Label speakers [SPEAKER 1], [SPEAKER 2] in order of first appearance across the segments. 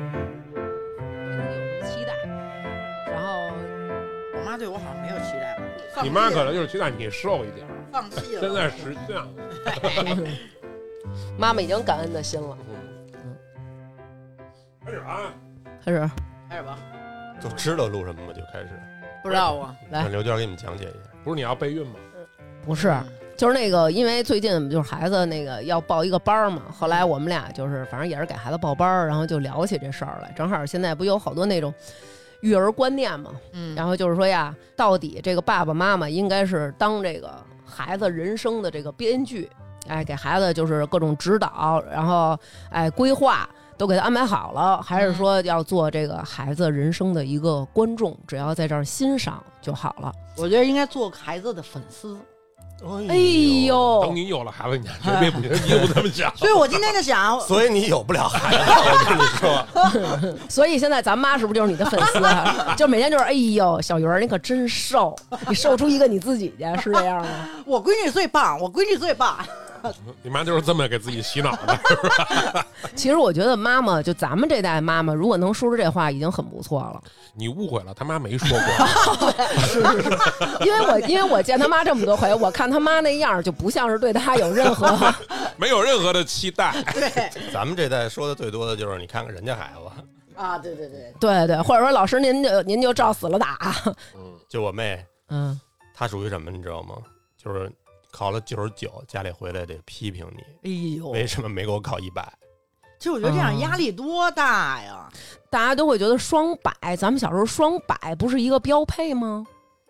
[SPEAKER 1] 对他有什么期待。然后我妈对我好像没有期待吧，放
[SPEAKER 2] 你
[SPEAKER 1] 弃
[SPEAKER 2] 妈可
[SPEAKER 1] 了
[SPEAKER 2] 能就是期待你瘦一点儿，
[SPEAKER 1] 放弃了。
[SPEAKER 2] 现在实际上，
[SPEAKER 3] 妈妈已经感恩的心了。
[SPEAKER 2] 开始啊，
[SPEAKER 4] 开始
[SPEAKER 1] 开始吧，
[SPEAKER 5] 就知道录什么吗？就开始，
[SPEAKER 1] 不知道啊，
[SPEAKER 4] 来
[SPEAKER 5] 让刘娟给你们讲解一下。
[SPEAKER 2] 不是你要备孕吗？
[SPEAKER 4] 不是，
[SPEAKER 1] 啊
[SPEAKER 3] 嗯就是那个，因为最近就是孩子那个要报一个班儿嘛，后来我们俩就是反正也是给孩子报班儿，然后就聊起这事儿来。正好现在不有好多那种育儿观念嘛，
[SPEAKER 1] 嗯，
[SPEAKER 3] 然后就是说呀，到底这个爸爸妈妈应该是当这个孩子人生的这个编剧，哎，给孩子就是各种指导，然后哎规划都给他安排好了，还是说要做这个孩子人生的一个观众，只要在这儿欣赏就好了。
[SPEAKER 1] 我觉得应该做孩子的粉丝。
[SPEAKER 3] 哎，呦
[SPEAKER 2] 等，你有了孩子，你还 绝对不，你不这么想。
[SPEAKER 1] 所以我今天就想，
[SPEAKER 5] 所以你有不了孩子，我跟你说，
[SPEAKER 3] 所以现在咱妈是不是就是你的粉丝啊？ 就每天就是哎呦，小鱼儿你可真瘦，你瘦出一个你自己去，是这样吗？
[SPEAKER 1] 我闺女最棒，我闺女最棒。
[SPEAKER 2] 嗯你妈就是这么给自己洗脑的。
[SPEAKER 3] 其实我觉得妈妈就咱们这代妈妈，如果能说出这话，已经很不错了。
[SPEAKER 2] 你误会了，他妈没说过。
[SPEAKER 3] 是是是， 因为我因为我见他妈这么多回，我看他妈那样儿就不像是对他有任 何
[SPEAKER 2] 没有任何的期待。
[SPEAKER 1] 对
[SPEAKER 5] 咱们这代说的最多的就是你看看人家孩子，
[SPEAKER 1] 啊，对对对，
[SPEAKER 3] 对对，或者说老师您就您就照死了打，
[SPEAKER 5] 就我妹，
[SPEAKER 3] 嗯，
[SPEAKER 5] 她属于什么，你知道吗？就是考了九十九，家里回来得批评你，
[SPEAKER 1] 哎呦
[SPEAKER 5] 为什么没给我考一百？
[SPEAKER 1] 其实我觉得这样压力多大呀！
[SPEAKER 3] 大家都会觉得双百，咱们小时候双百不是一个标配吗？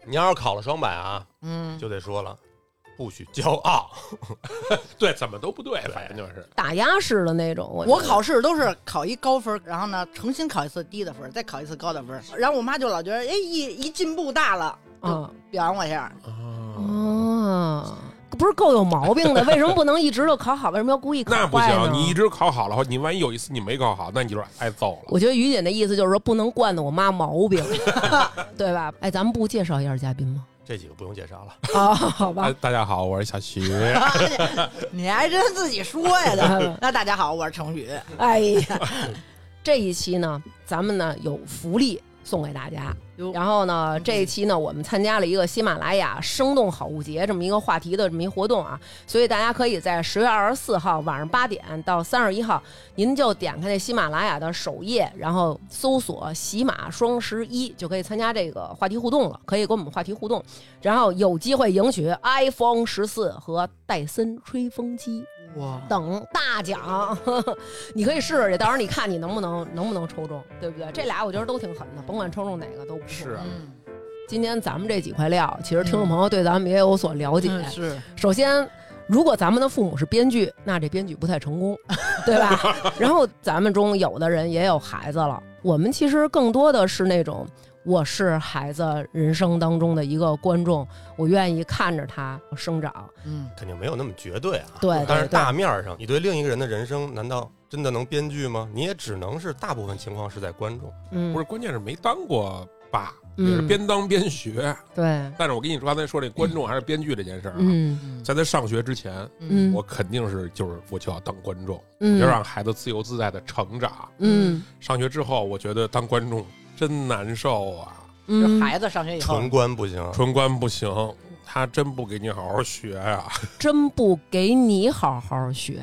[SPEAKER 5] 你要是考了双百啊，
[SPEAKER 1] 嗯，
[SPEAKER 5] 就得说了，不许骄傲。
[SPEAKER 2] 对，怎么都不对，反正就是。
[SPEAKER 3] 打压式的那种，我
[SPEAKER 1] 我
[SPEAKER 3] 我
[SPEAKER 1] 考试都是考一高分，然后呢，重新考一次低的分，再考一次高的分。然后我妈就老觉得，哎，一一进步大了，
[SPEAKER 3] 啊
[SPEAKER 1] 表扬我一下。
[SPEAKER 2] 哦
[SPEAKER 3] 啊，不是够有毛病的，为什么不能一直就考好？为什么要故意考
[SPEAKER 2] 那不
[SPEAKER 3] 嗯坏呢
[SPEAKER 2] 行，你一直考好了后，你万一有一次你没考好，那你就是挨揍了。
[SPEAKER 3] 我觉得于姐的意思就是说，不能惯的我妈毛 病，对吧？哎，咱们不介绍一下嘉宾吗？
[SPEAKER 5] 这几个不用介绍了，
[SPEAKER 3] 啊，好吧
[SPEAKER 2] 哎，，大家好，我是小徐。
[SPEAKER 1] 你还真自己说呀 的。那大家好，我是程宇。
[SPEAKER 3] 哎呀，这一期呢，咱们呢有福利送给大家。
[SPEAKER 1] 哟
[SPEAKER 3] 然后呢，这一期呢，我们参加了一个喜马拉雅“生动好物节”这么一个话题的这么一活动啊，所以大家可以在十月二十四号晚上八点到三十一号，您就点开那喜马拉雅的首页，然后搜索“喜马双十一”，就可以参加这个话题互动了，可以跟我们话题互动，然后有机会赢取 iPhone 十四和戴森吹风机。
[SPEAKER 1] 哇，
[SPEAKER 3] 等大奖， 你可以试试去，到时候你看你能不能能不能抽中，对不对？这俩我觉得都挺狠的，甭管抽中哪个都不错
[SPEAKER 2] 是啊
[SPEAKER 1] 嗯，
[SPEAKER 3] 今天咱们这几块料，其实听众朋友对咱们也有所了解。
[SPEAKER 1] 嗯是
[SPEAKER 3] 首先，如果咱们的父母是编剧，那这编剧不太成功，对 吧？然后咱们中有的人也有孩子了，我们其实更多的是那种。我是孩子人生当中的一个观众，我愿意看着他生长。
[SPEAKER 1] 嗯，
[SPEAKER 5] 肯定没有那么绝对啊。
[SPEAKER 3] 对对
[SPEAKER 5] 但是
[SPEAKER 3] 对
[SPEAKER 5] 大面儿上，你对另一个人的人生，难道真的能编剧吗？你也只能是大部分情况是在观众。
[SPEAKER 3] 嗯，
[SPEAKER 2] 不是，关键是没当过爸，也
[SPEAKER 3] 嗯
[SPEAKER 2] 是边当边学。
[SPEAKER 3] 对，
[SPEAKER 2] 但是我跟你说，刚才说这观众还是编剧这件事儿啊，
[SPEAKER 3] 嗯
[SPEAKER 2] 在他上学之前，
[SPEAKER 3] 嗯，
[SPEAKER 2] 我肯定是就是我啊就要当观众，
[SPEAKER 3] 嗯
[SPEAKER 2] 要让孩子自由自在的成长。
[SPEAKER 3] 嗯
[SPEAKER 2] 上学之后，我觉得当观众真难受啊，
[SPEAKER 1] 就
[SPEAKER 3] 嗯，
[SPEAKER 1] 孩子上学以后
[SPEAKER 5] 纯，观不行，
[SPEAKER 2] 纯观不行，他真不给你好好学啊呀、
[SPEAKER 3] 真不给你好好学。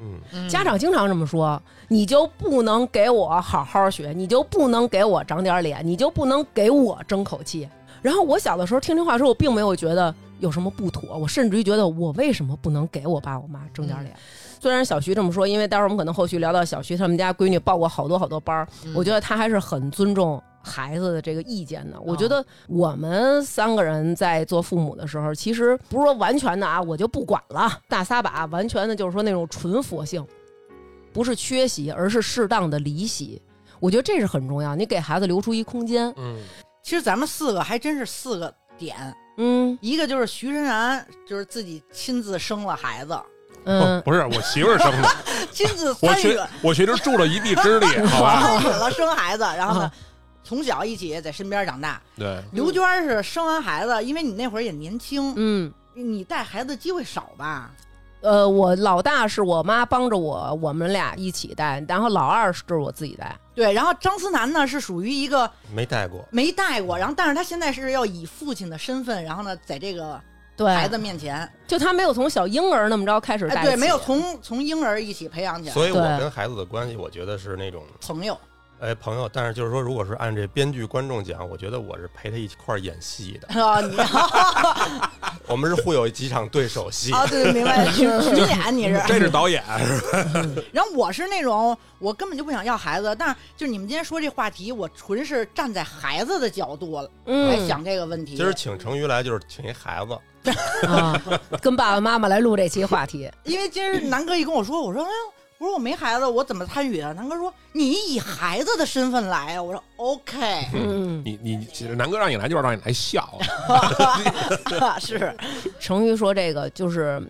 [SPEAKER 5] 嗯，
[SPEAKER 1] 嗯
[SPEAKER 3] 家长经常这么说，你就不能给我好好学，你就不能给我长点脸，你就不能给我争口气。然后我小的时候听这话说，我并没有觉得有什么不妥，我甚至于觉得我为什么不能给我爸我妈争点脸？虽然小徐这么说，因为待会儿我们可能后续聊到小徐他们家闺女报过好多好多班儿，
[SPEAKER 1] 嗯
[SPEAKER 3] 我觉得他还是很尊重孩子的这个意见
[SPEAKER 1] 哦
[SPEAKER 3] 的。我觉得我们三个人在做父母的时候，其实不是说完全的啊，我就不管了，大撒把，完全的就是说那种纯佛性，不是缺席，而是适当的离席。我觉得这是很重要，你给孩子留出一空间。
[SPEAKER 2] 嗯，
[SPEAKER 1] 其实咱们四个还真是四个点，
[SPEAKER 3] 嗯
[SPEAKER 1] 一个就是徐姗姗，就是自己亲自生了 孩子，
[SPEAKER 3] 嗯
[SPEAKER 2] 哦不，不是我媳妇儿生的，
[SPEAKER 1] 亲自
[SPEAKER 2] 我
[SPEAKER 1] 参与
[SPEAKER 2] 学我学生住了一地之 地，好吧？
[SPEAKER 1] 参与了生孩子，然后呢
[SPEAKER 3] 啊，
[SPEAKER 1] 从小一起在身边长大。
[SPEAKER 2] 对，
[SPEAKER 1] 刘娟是生完孩子，因为你那会儿也年轻，
[SPEAKER 3] 嗯嗯
[SPEAKER 1] 你带孩子机会少吧？
[SPEAKER 3] 呃，我老大是我妈帮着我，我们俩一起带，然后老二是我自己带。
[SPEAKER 1] 对，然后张思楠呢是属于一个
[SPEAKER 5] 没带过，
[SPEAKER 1] 没带过，然后但是他现在是要以父亲的身份，然后呢，在这个
[SPEAKER 3] 对，
[SPEAKER 1] 孩子面前，
[SPEAKER 3] 就他没有从小婴儿那么着开始带、
[SPEAKER 1] 哎，对，没有。从从婴儿一起培养起来，
[SPEAKER 5] 所以我
[SPEAKER 3] 对
[SPEAKER 5] 跟孩子的关系，我觉得是那种
[SPEAKER 1] 朋友，
[SPEAKER 5] 哎朋友，但是就是说，如果是按这编剧观众讲，我觉得我是陪他一块儿演戏的，
[SPEAKER 1] 是吧？你 啊，
[SPEAKER 5] 我们是互有几场对手戏，
[SPEAKER 1] 对，明 白，群群演你是，
[SPEAKER 2] 这是导演，
[SPEAKER 1] 然后我是那种我根本就不想要孩子，但是就是你们今天说这话题，我纯是站在孩子的角度来
[SPEAKER 3] 嗯
[SPEAKER 1] 想这个问题。
[SPEAKER 5] 今儿请成瑜来就是请一孩子，
[SPEAKER 3] 啊，跟爸爸妈妈来录这期话题，
[SPEAKER 1] 因为今儿南哥一跟我说，我说哎呀，我说我没孩子，我怎么参与啊？南哥说你以孩子的身份来啊，我说 OK，
[SPEAKER 3] 嗯，
[SPEAKER 2] 你你其实南哥让你来就是让你来笑，
[SPEAKER 1] 是
[SPEAKER 3] 成瑜说这个就是，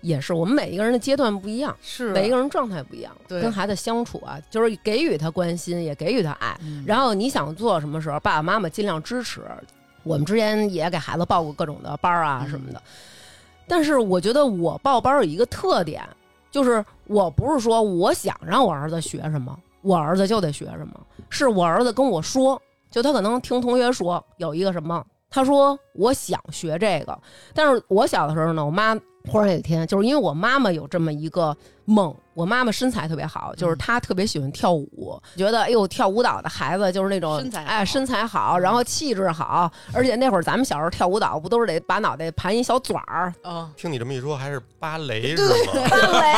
[SPEAKER 3] 也是我们每一个人的阶段不一样，
[SPEAKER 1] 是
[SPEAKER 3] 每一个人状态不一样，
[SPEAKER 1] 对
[SPEAKER 3] 跟孩子相处啊，就是给予他关心，也给予他爱。
[SPEAKER 1] 嗯
[SPEAKER 3] 然后你想做什么时候，爸爸妈妈尽量支持。我们之前也给孩子报过各种的班儿啊
[SPEAKER 1] 嗯
[SPEAKER 3] 什么的，但是我觉得我报班儿有一个特点，就是我不是说我想让我儿子学什么，我儿子就得学什么，是我儿子跟我说，就他可能听同学说有一个什么，他说我想学这个，但是我小的时候呢，我妈忽然有一天，就是因为我妈妈有这么一个梦，我妈妈身材特别好，
[SPEAKER 1] 嗯
[SPEAKER 3] 就是她特别喜欢跳舞，觉得哎呦跳舞蹈的孩子就是那种
[SPEAKER 1] 身材好
[SPEAKER 3] 哎身材好，然后气质好，而且那会儿咱们小时候跳舞蹈不都是得把脑袋盘一小卷儿
[SPEAKER 1] 啊，
[SPEAKER 5] 听你这么一说，还是芭蕾是吗？
[SPEAKER 3] 芭蕾，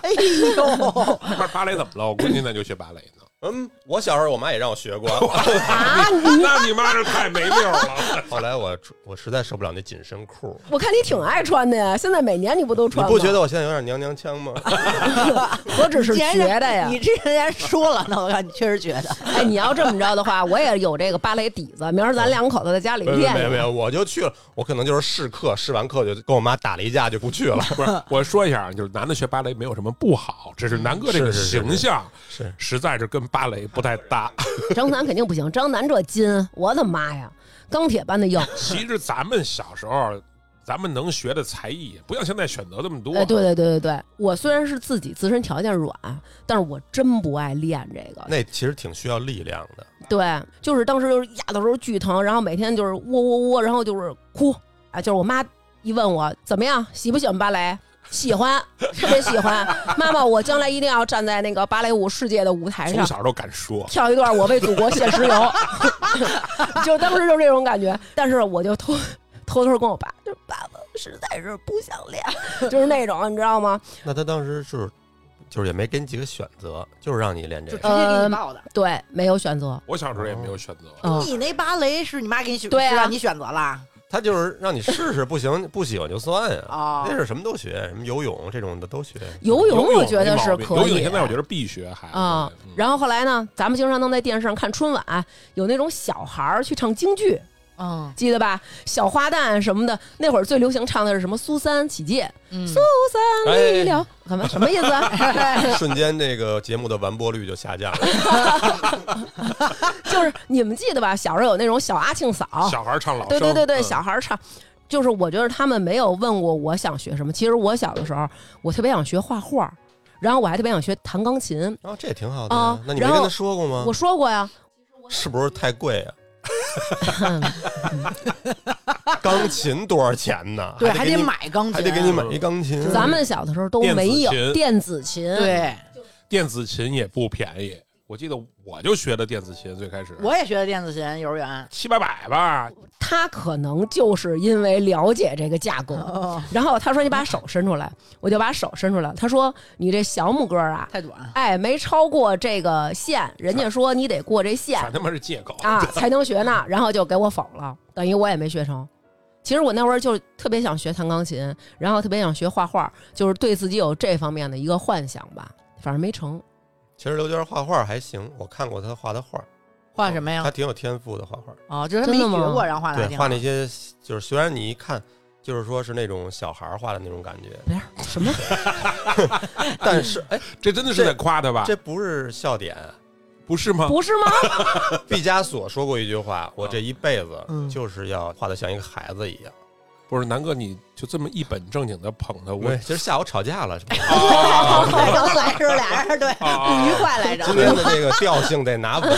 [SPEAKER 1] 哎 呦，
[SPEAKER 2] 芭芭蕾怎么了？我闺女那就学芭蕾呢。
[SPEAKER 5] 嗯，我小时候我妈也让我学过，
[SPEAKER 2] 那你妈这太没溜了。
[SPEAKER 5] 后来我我实在受不了那紧身裤，
[SPEAKER 3] 我看你挺爱穿的呀，现在每年你不都
[SPEAKER 5] 你
[SPEAKER 3] 穿吗？啊
[SPEAKER 5] 不觉得我现在有点娘娘腔吗？
[SPEAKER 3] 何止是
[SPEAKER 1] 既然
[SPEAKER 3] 觉得呀？
[SPEAKER 1] 你之前说了呢，我看你确实觉得，
[SPEAKER 3] 哎，你要这么着的话，我也有这个芭蕾底子，明儿咱两口子在家里
[SPEAKER 5] 没有
[SPEAKER 3] 练
[SPEAKER 5] 没有没
[SPEAKER 3] 练。
[SPEAKER 5] 有，我就去了，我可能就是试课，试完课就跟我妈打了一架就不去了。
[SPEAKER 2] 不 是， 我说一下啊，就是男的学芭蕾没有什么不好，只是南哥这个
[SPEAKER 5] 是是是
[SPEAKER 2] 形象
[SPEAKER 5] 是
[SPEAKER 2] 实在是跟芭蕾不太搭。
[SPEAKER 3] 张楠肯定不行，张楠这筋，我的妈呀，钢铁般的硬。
[SPEAKER 2] 其实咱们小时候，咱们能学的才艺，不像现在选择这么多。
[SPEAKER 3] 哎，对对对对对，我虽然是自己自身条件软，但是我真不爱练这个。
[SPEAKER 5] 那其实挺需要力量的，
[SPEAKER 3] 对，就是当时就是压的时候巨疼，然后每天就是喔喔喔，然后就是哭啊，就是我妈一问我怎么样，喜不喜欢芭蕾？喜欢，特别喜欢。 妈妈，我将来一定要站在那个芭蕾舞世界的舞台
[SPEAKER 2] 从
[SPEAKER 3] 上，
[SPEAKER 2] 小都敢说，
[SPEAKER 3] 跳一段《我为祖国献石油》，就当时就这种感觉。但是我就偷偷偷跟我爸，就是爸爸实在是不想练， 就是那种你知道吗？
[SPEAKER 5] 那他当时是就是也没给你几个选择，就是让你练这
[SPEAKER 1] 就
[SPEAKER 5] 个
[SPEAKER 1] 直。接给你报的。
[SPEAKER 3] 对，没有选择。
[SPEAKER 2] 我小时候也没有选择。
[SPEAKER 3] 嗯，
[SPEAKER 1] 你那芭蕾是你妈给你选，
[SPEAKER 3] 对啊
[SPEAKER 1] 是让你选择啦。
[SPEAKER 5] 他就是让你试试，不行 不喜欢就算呀。
[SPEAKER 1] 哦
[SPEAKER 5] 那，是什么都学，什么游泳这种的都学。
[SPEAKER 3] 游泳我觉得是
[SPEAKER 2] 没毛病
[SPEAKER 3] 可以的。
[SPEAKER 2] 游泳现在我觉得必学，孩子。
[SPEAKER 3] 啊、
[SPEAKER 2] 嗯
[SPEAKER 3] 然后后来呢，咱们经常能在电视上看春晚，有那种小孩儿去唱京剧，
[SPEAKER 1] 嗯
[SPEAKER 3] 记得吧？小花旦什么的，那会儿最流行唱的是什么《苏三起解
[SPEAKER 1] 嗯，》，
[SPEAKER 3] 苏三离了，干嘛？什么意思 啊？
[SPEAKER 5] 瞬间这个节目的完播率就 下降了。
[SPEAKER 3] 就是你们记得吧？小时候有那种小阿庆嫂，
[SPEAKER 2] 小孩唱老
[SPEAKER 3] 对
[SPEAKER 2] 生，
[SPEAKER 3] 对对对，
[SPEAKER 2] 嗯
[SPEAKER 3] 小孩儿唱。就是我觉得他们没有问过我想学什么。其实我小的时候，我特别想学画画，然后我还特别想学弹钢琴。
[SPEAKER 5] 然后这也挺好的
[SPEAKER 3] 啊
[SPEAKER 5] 呀。那你没
[SPEAKER 3] 然后
[SPEAKER 5] 跟他说过
[SPEAKER 2] 嗯
[SPEAKER 5] 吗
[SPEAKER 3] 我？说过呀，嗯
[SPEAKER 5] 是不是太 贵啊？ 钢琴多少钱呢？
[SPEAKER 1] 对，还
[SPEAKER 5] 还
[SPEAKER 1] 得
[SPEAKER 5] 给你，
[SPEAKER 1] 买钢琴，
[SPEAKER 5] 还得给你买一钢琴。
[SPEAKER 3] 咱们小的时候都
[SPEAKER 2] 电子
[SPEAKER 3] 没有
[SPEAKER 2] 琴
[SPEAKER 3] 电子琴，，
[SPEAKER 1] 对，
[SPEAKER 2] 电子琴也不便宜。我记得我就学的电子琴，最开始
[SPEAKER 1] 我也学的电子琴，幼儿园。
[SPEAKER 2] 七八百吧，
[SPEAKER 3] 他可能就是因为了解这个价格，
[SPEAKER 1] 哦，
[SPEAKER 3] 然后他说：“你把手伸出来。”我就把手伸出来。他说：“你这小拇哥啊，
[SPEAKER 1] 太短。
[SPEAKER 3] 哎，没超过这个线，人家说你得过这线
[SPEAKER 2] 全他妈是借口
[SPEAKER 3] 啊才能学呢。”然后就给我否了，等于我也没学成。其实我那会儿就特别想学弹钢琴，然后特别想学画画，就是对自己有这方面的一个幻想吧。反正没成。
[SPEAKER 5] 其实刘娟画画还行，我看过她画的画，
[SPEAKER 1] 画什么呀
[SPEAKER 5] 她？挺有天赋的画画。
[SPEAKER 1] 哦，就是他没
[SPEAKER 3] 真的
[SPEAKER 1] 学
[SPEAKER 3] 吗
[SPEAKER 1] 过，然后
[SPEAKER 3] 哎
[SPEAKER 1] 画的还
[SPEAKER 5] 对，
[SPEAKER 1] 挺
[SPEAKER 5] 画
[SPEAKER 1] 好。
[SPEAKER 5] 那些就是虽然你一看就是说是那种小孩儿画的那种感觉，
[SPEAKER 3] 不是什么，嗯
[SPEAKER 5] 但是哎，
[SPEAKER 2] 这真的 是在夸他吧？
[SPEAKER 5] 这不是笑点。啊
[SPEAKER 2] 不是 吗？
[SPEAKER 3] 不是吗？
[SPEAKER 5] 毕加索说过一句话：“我这一辈子
[SPEAKER 1] 嗯
[SPEAKER 5] 就是要画的像一个孩子一样。
[SPEAKER 2] 不是南哥，你就这么一本正经的捧他，我
[SPEAKER 5] 对，今儿下午吵架了，是吧
[SPEAKER 1] 晚上来时候俩人对
[SPEAKER 5] 哦
[SPEAKER 1] 不愉快来着
[SPEAKER 5] 今。
[SPEAKER 3] 嗯
[SPEAKER 5] 天的这个调性得拿稳。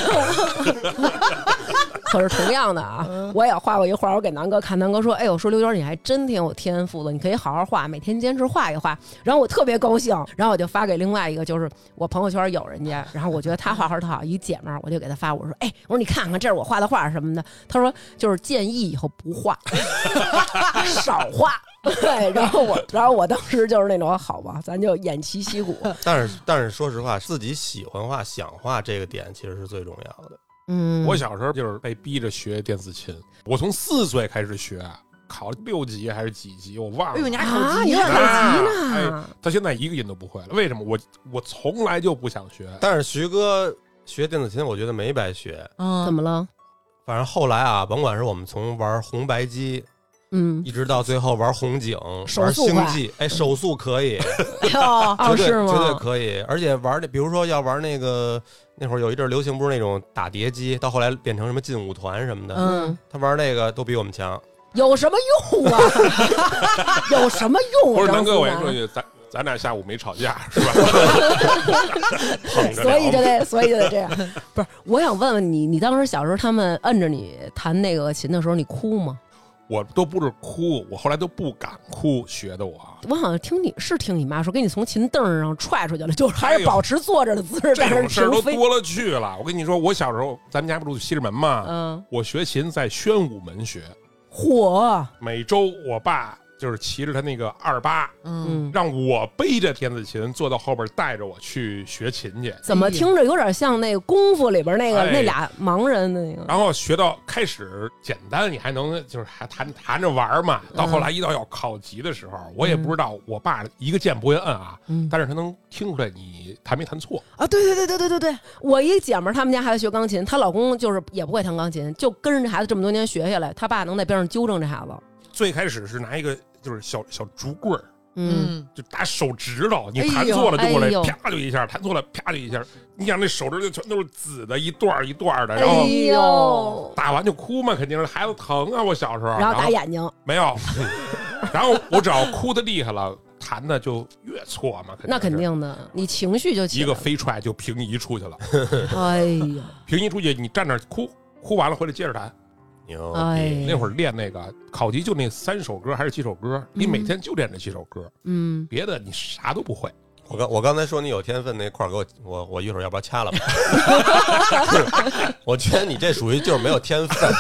[SPEAKER 3] 可是同样的啊，我也画过一画，我给南哥看，南哥说：“哎，我说刘娟，你还真挺有天赋的，你可以好好画，每天坚持画一画。”然后我特别高兴，然后我就发给另外一个，就是我朋友圈有人家，然后我觉得她画画特好，一姐们儿，我就给她发，我说：“哎，我说你看看，这是我画的画什么的。”她说：“就是建议以后不画， 少画。”对，然后我，然后我当时就是那种好吧，咱就偃旗息鼓。
[SPEAKER 5] 但是但是说实话，自己喜欢画、想画这个点其实是最重要的。
[SPEAKER 3] 嗯，
[SPEAKER 2] 我小时候就是被逼着学电子琴，我从四岁开始学，考六级还是几级我忘
[SPEAKER 1] 哎呦，
[SPEAKER 2] 了。
[SPEAKER 1] 你还
[SPEAKER 3] 啊，
[SPEAKER 1] 口
[SPEAKER 3] 你
[SPEAKER 1] 急
[SPEAKER 3] 还
[SPEAKER 1] 呢？
[SPEAKER 3] 考级呢
[SPEAKER 2] 哎？他现在一个音都不会了，为什么？我我从来就不想学，
[SPEAKER 5] 但是徐哥学电子琴，我觉得没白学。
[SPEAKER 3] 怎
[SPEAKER 1] 嗯，
[SPEAKER 3] 么了？
[SPEAKER 5] 反正后来啊，甭管是我们从玩红白机，
[SPEAKER 3] 嗯，
[SPEAKER 5] 一直到最后玩红警、
[SPEAKER 3] 手
[SPEAKER 5] 玩
[SPEAKER 3] 速
[SPEAKER 5] 星
[SPEAKER 3] 快
[SPEAKER 5] 际，哎，手速可以，
[SPEAKER 1] 哟，
[SPEAKER 3] 哦，
[SPEAKER 5] 绝对
[SPEAKER 3] 是吗？
[SPEAKER 5] 绝对可以。而且玩那，比如说要玩那个那会儿有一阵儿流行，不是那种打碟机，到后来变成什么劲舞团什么的，
[SPEAKER 3] 嗯，
[SPEAKER 5] 他玩那个都比我们强。
[SPEAKER 3] 有什么用啊？ 有什么用、啊？
[SPEAKER 2] 不是南哥，我
[SPEAKER 3] 也
[SPEAKER 2] 跟你说句，咱咱俩下午没吵架是吧？捧着
[SPEAKER 3] 所以
[SPEAKER 2] 聊
[SPEAKER 3] 就得，所以就得这样。 不是，我想问问你，你当时小时候他们摁着你弹那个琴的时候，你哭吗？
[SPEAKER 2] 我都不是哭，我后来都不敢哭，学的我。啊
[SPEAKER 3] 我好像听你是听你妈说，给你从琴凳上踹出去了，就是还
[SPEAKER 2] 哎
[SPEAKER 3] 是
[SPEAKER 2] 呦
[SPEAKER 3] 保持坐着的姿势，
[SPEAKER 2] 这
[SPEAKER 3] 但是
[SPEAKER 2] 种事儿都
[SPEAKER 3] 停飞。
[SPEAKER 2] 多了去了。我跟你说，我小时候咱们家不住西直门嘛，
[SPEAKER 3] 嗯，
[SPEAKER 2] 我学琴在宣武门学，
[SPEAKER 3] 火，
[SPEAKER 2] 每周我爸就是骑着他那个二八，
[SPEAKER 1] 嗯，
[SPEAKER 3] 嗯，
[SPEAKER 2] 让我背着电子琴坐到后边，带着我去学琴去。
[SPEAKER 3] 怎么听着有点像那个功夫里边那个、
[SPEAKER 2] 哎
[SPEAKER 3] 那俩盲人的那个？
[SPEAKER 2] 然后学到开始简单，你还能就是还弹弹着玩儿嘛。到后来
[SPEAKER 3] 嗯
[SPEAKER 2] 一到要考级的时候，我也不知道我爸一个键不会摁啊，
[SPEAKER 3] 嗯
[SPEAKER 2] 但是他能听出来你弹没弹错。
[SPEAKER 3] 啊，对对对对对对对，我一姐们儿，他们家孩子学钢琴，她老公就是也不会弹钢琴，就跟着这孩子这么多年学下来，他爸能在边上纠正这孩子。
[SPEAKER 2] 最开始是拿一个就是小小竹棍儿，
[SPEAKER 3] 嗯，
[SPEAKER 1] 嗯，
[SPEAKER 2] 就打手指头，你
[SPEAKER 1] 哎呦
[SPEAKER 2] 弹错了就过来
[SPEAKER 3] 哎，呦
[SPEAKER 2] 啪就一下；弹错了，啪就一下。你想那手指头全都是紫的，一段儿一段儿的，然
[SPEAKER 3] 哎
[SPEAKER 2] 后
[SPEAKER 3] 呦，
[SPEAKER 2] 打完就哭嘛，肯定是孩子疼啊。我小时候，
[SPEAKER 3] 然后打眼睛，
[SPEAKER 2] 没有， 然后我只要哭的厉害了，弹的就越错嘛，
[SPEAKER 3] 那肯
[SPEAKER 2] 是。
[SPEAKER 3] 定的，你情绪就起
[SPEAKER 2] 一个
[SPEAKER 3] 来
[SPEAKER 2] 飞踹就平移出去了，
[SPEAKER 3] 了哎呀，
[SPEAKER 2] 平移出去你站那儿哭，哭完了回来接着弹。
[SPEAKER 5] 牛
[SPEAKER 3] 哎
[SPEAKER 5] 逼！
[SPEAKER 2] 那会儿练那个考级就那三首歌还是几首歌，你每天就练这几首歌，
[SPEAKER 3] 嗯，
[SPEAKER 2] 别的你啥都不会。
[SPEAKER 5] 我刚我刚才说你有天分那块儿，给我我我一会儿要不要掐了吧？ 我觉得你这属于就是没有天分。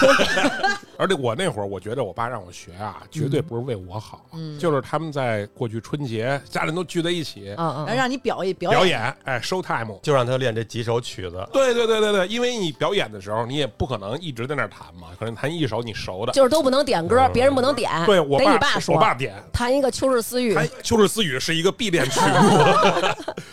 [SPEAKER 2] 而且我那会儿，我觉得我爸让我学啊，绝对不是为我好，啊
[SPEAKER 1] 嗯
[SPEAKER 2] 就是他们在过去春节，家人都聚在一起、
[SPEAKER 3] 嗯
[SPEAKER 1] 然后
[SPEAKER 3] 嗯，
[SPEAKER 1] 让你表演表
[SPEAKER 2] 表
[SPEAKER 1] 演，
[SPEAKER 2] 演，哎，show time。
[SPEAKER 5] 就让他练这几首曲子。
[SPEAKER 2] 对对对对对，因为你表演的时候，你也不可能一直在那儿弹嘛，可能弹一首你熟的。
[SPEAKER 3] 就是都不能点歌，别人不能点，
[SPEAKER 2] 对我
[SPEAKER 3] 得
[SPEAKER 2] 爸，
[SPEAKER 3] 你爸说，
[SPEAKER 2] 我爸点，
[SPEAKER 3] 弹一个《秋日私语
[SPEAKER 2] 他》，秋日私语是一个必练 曲目，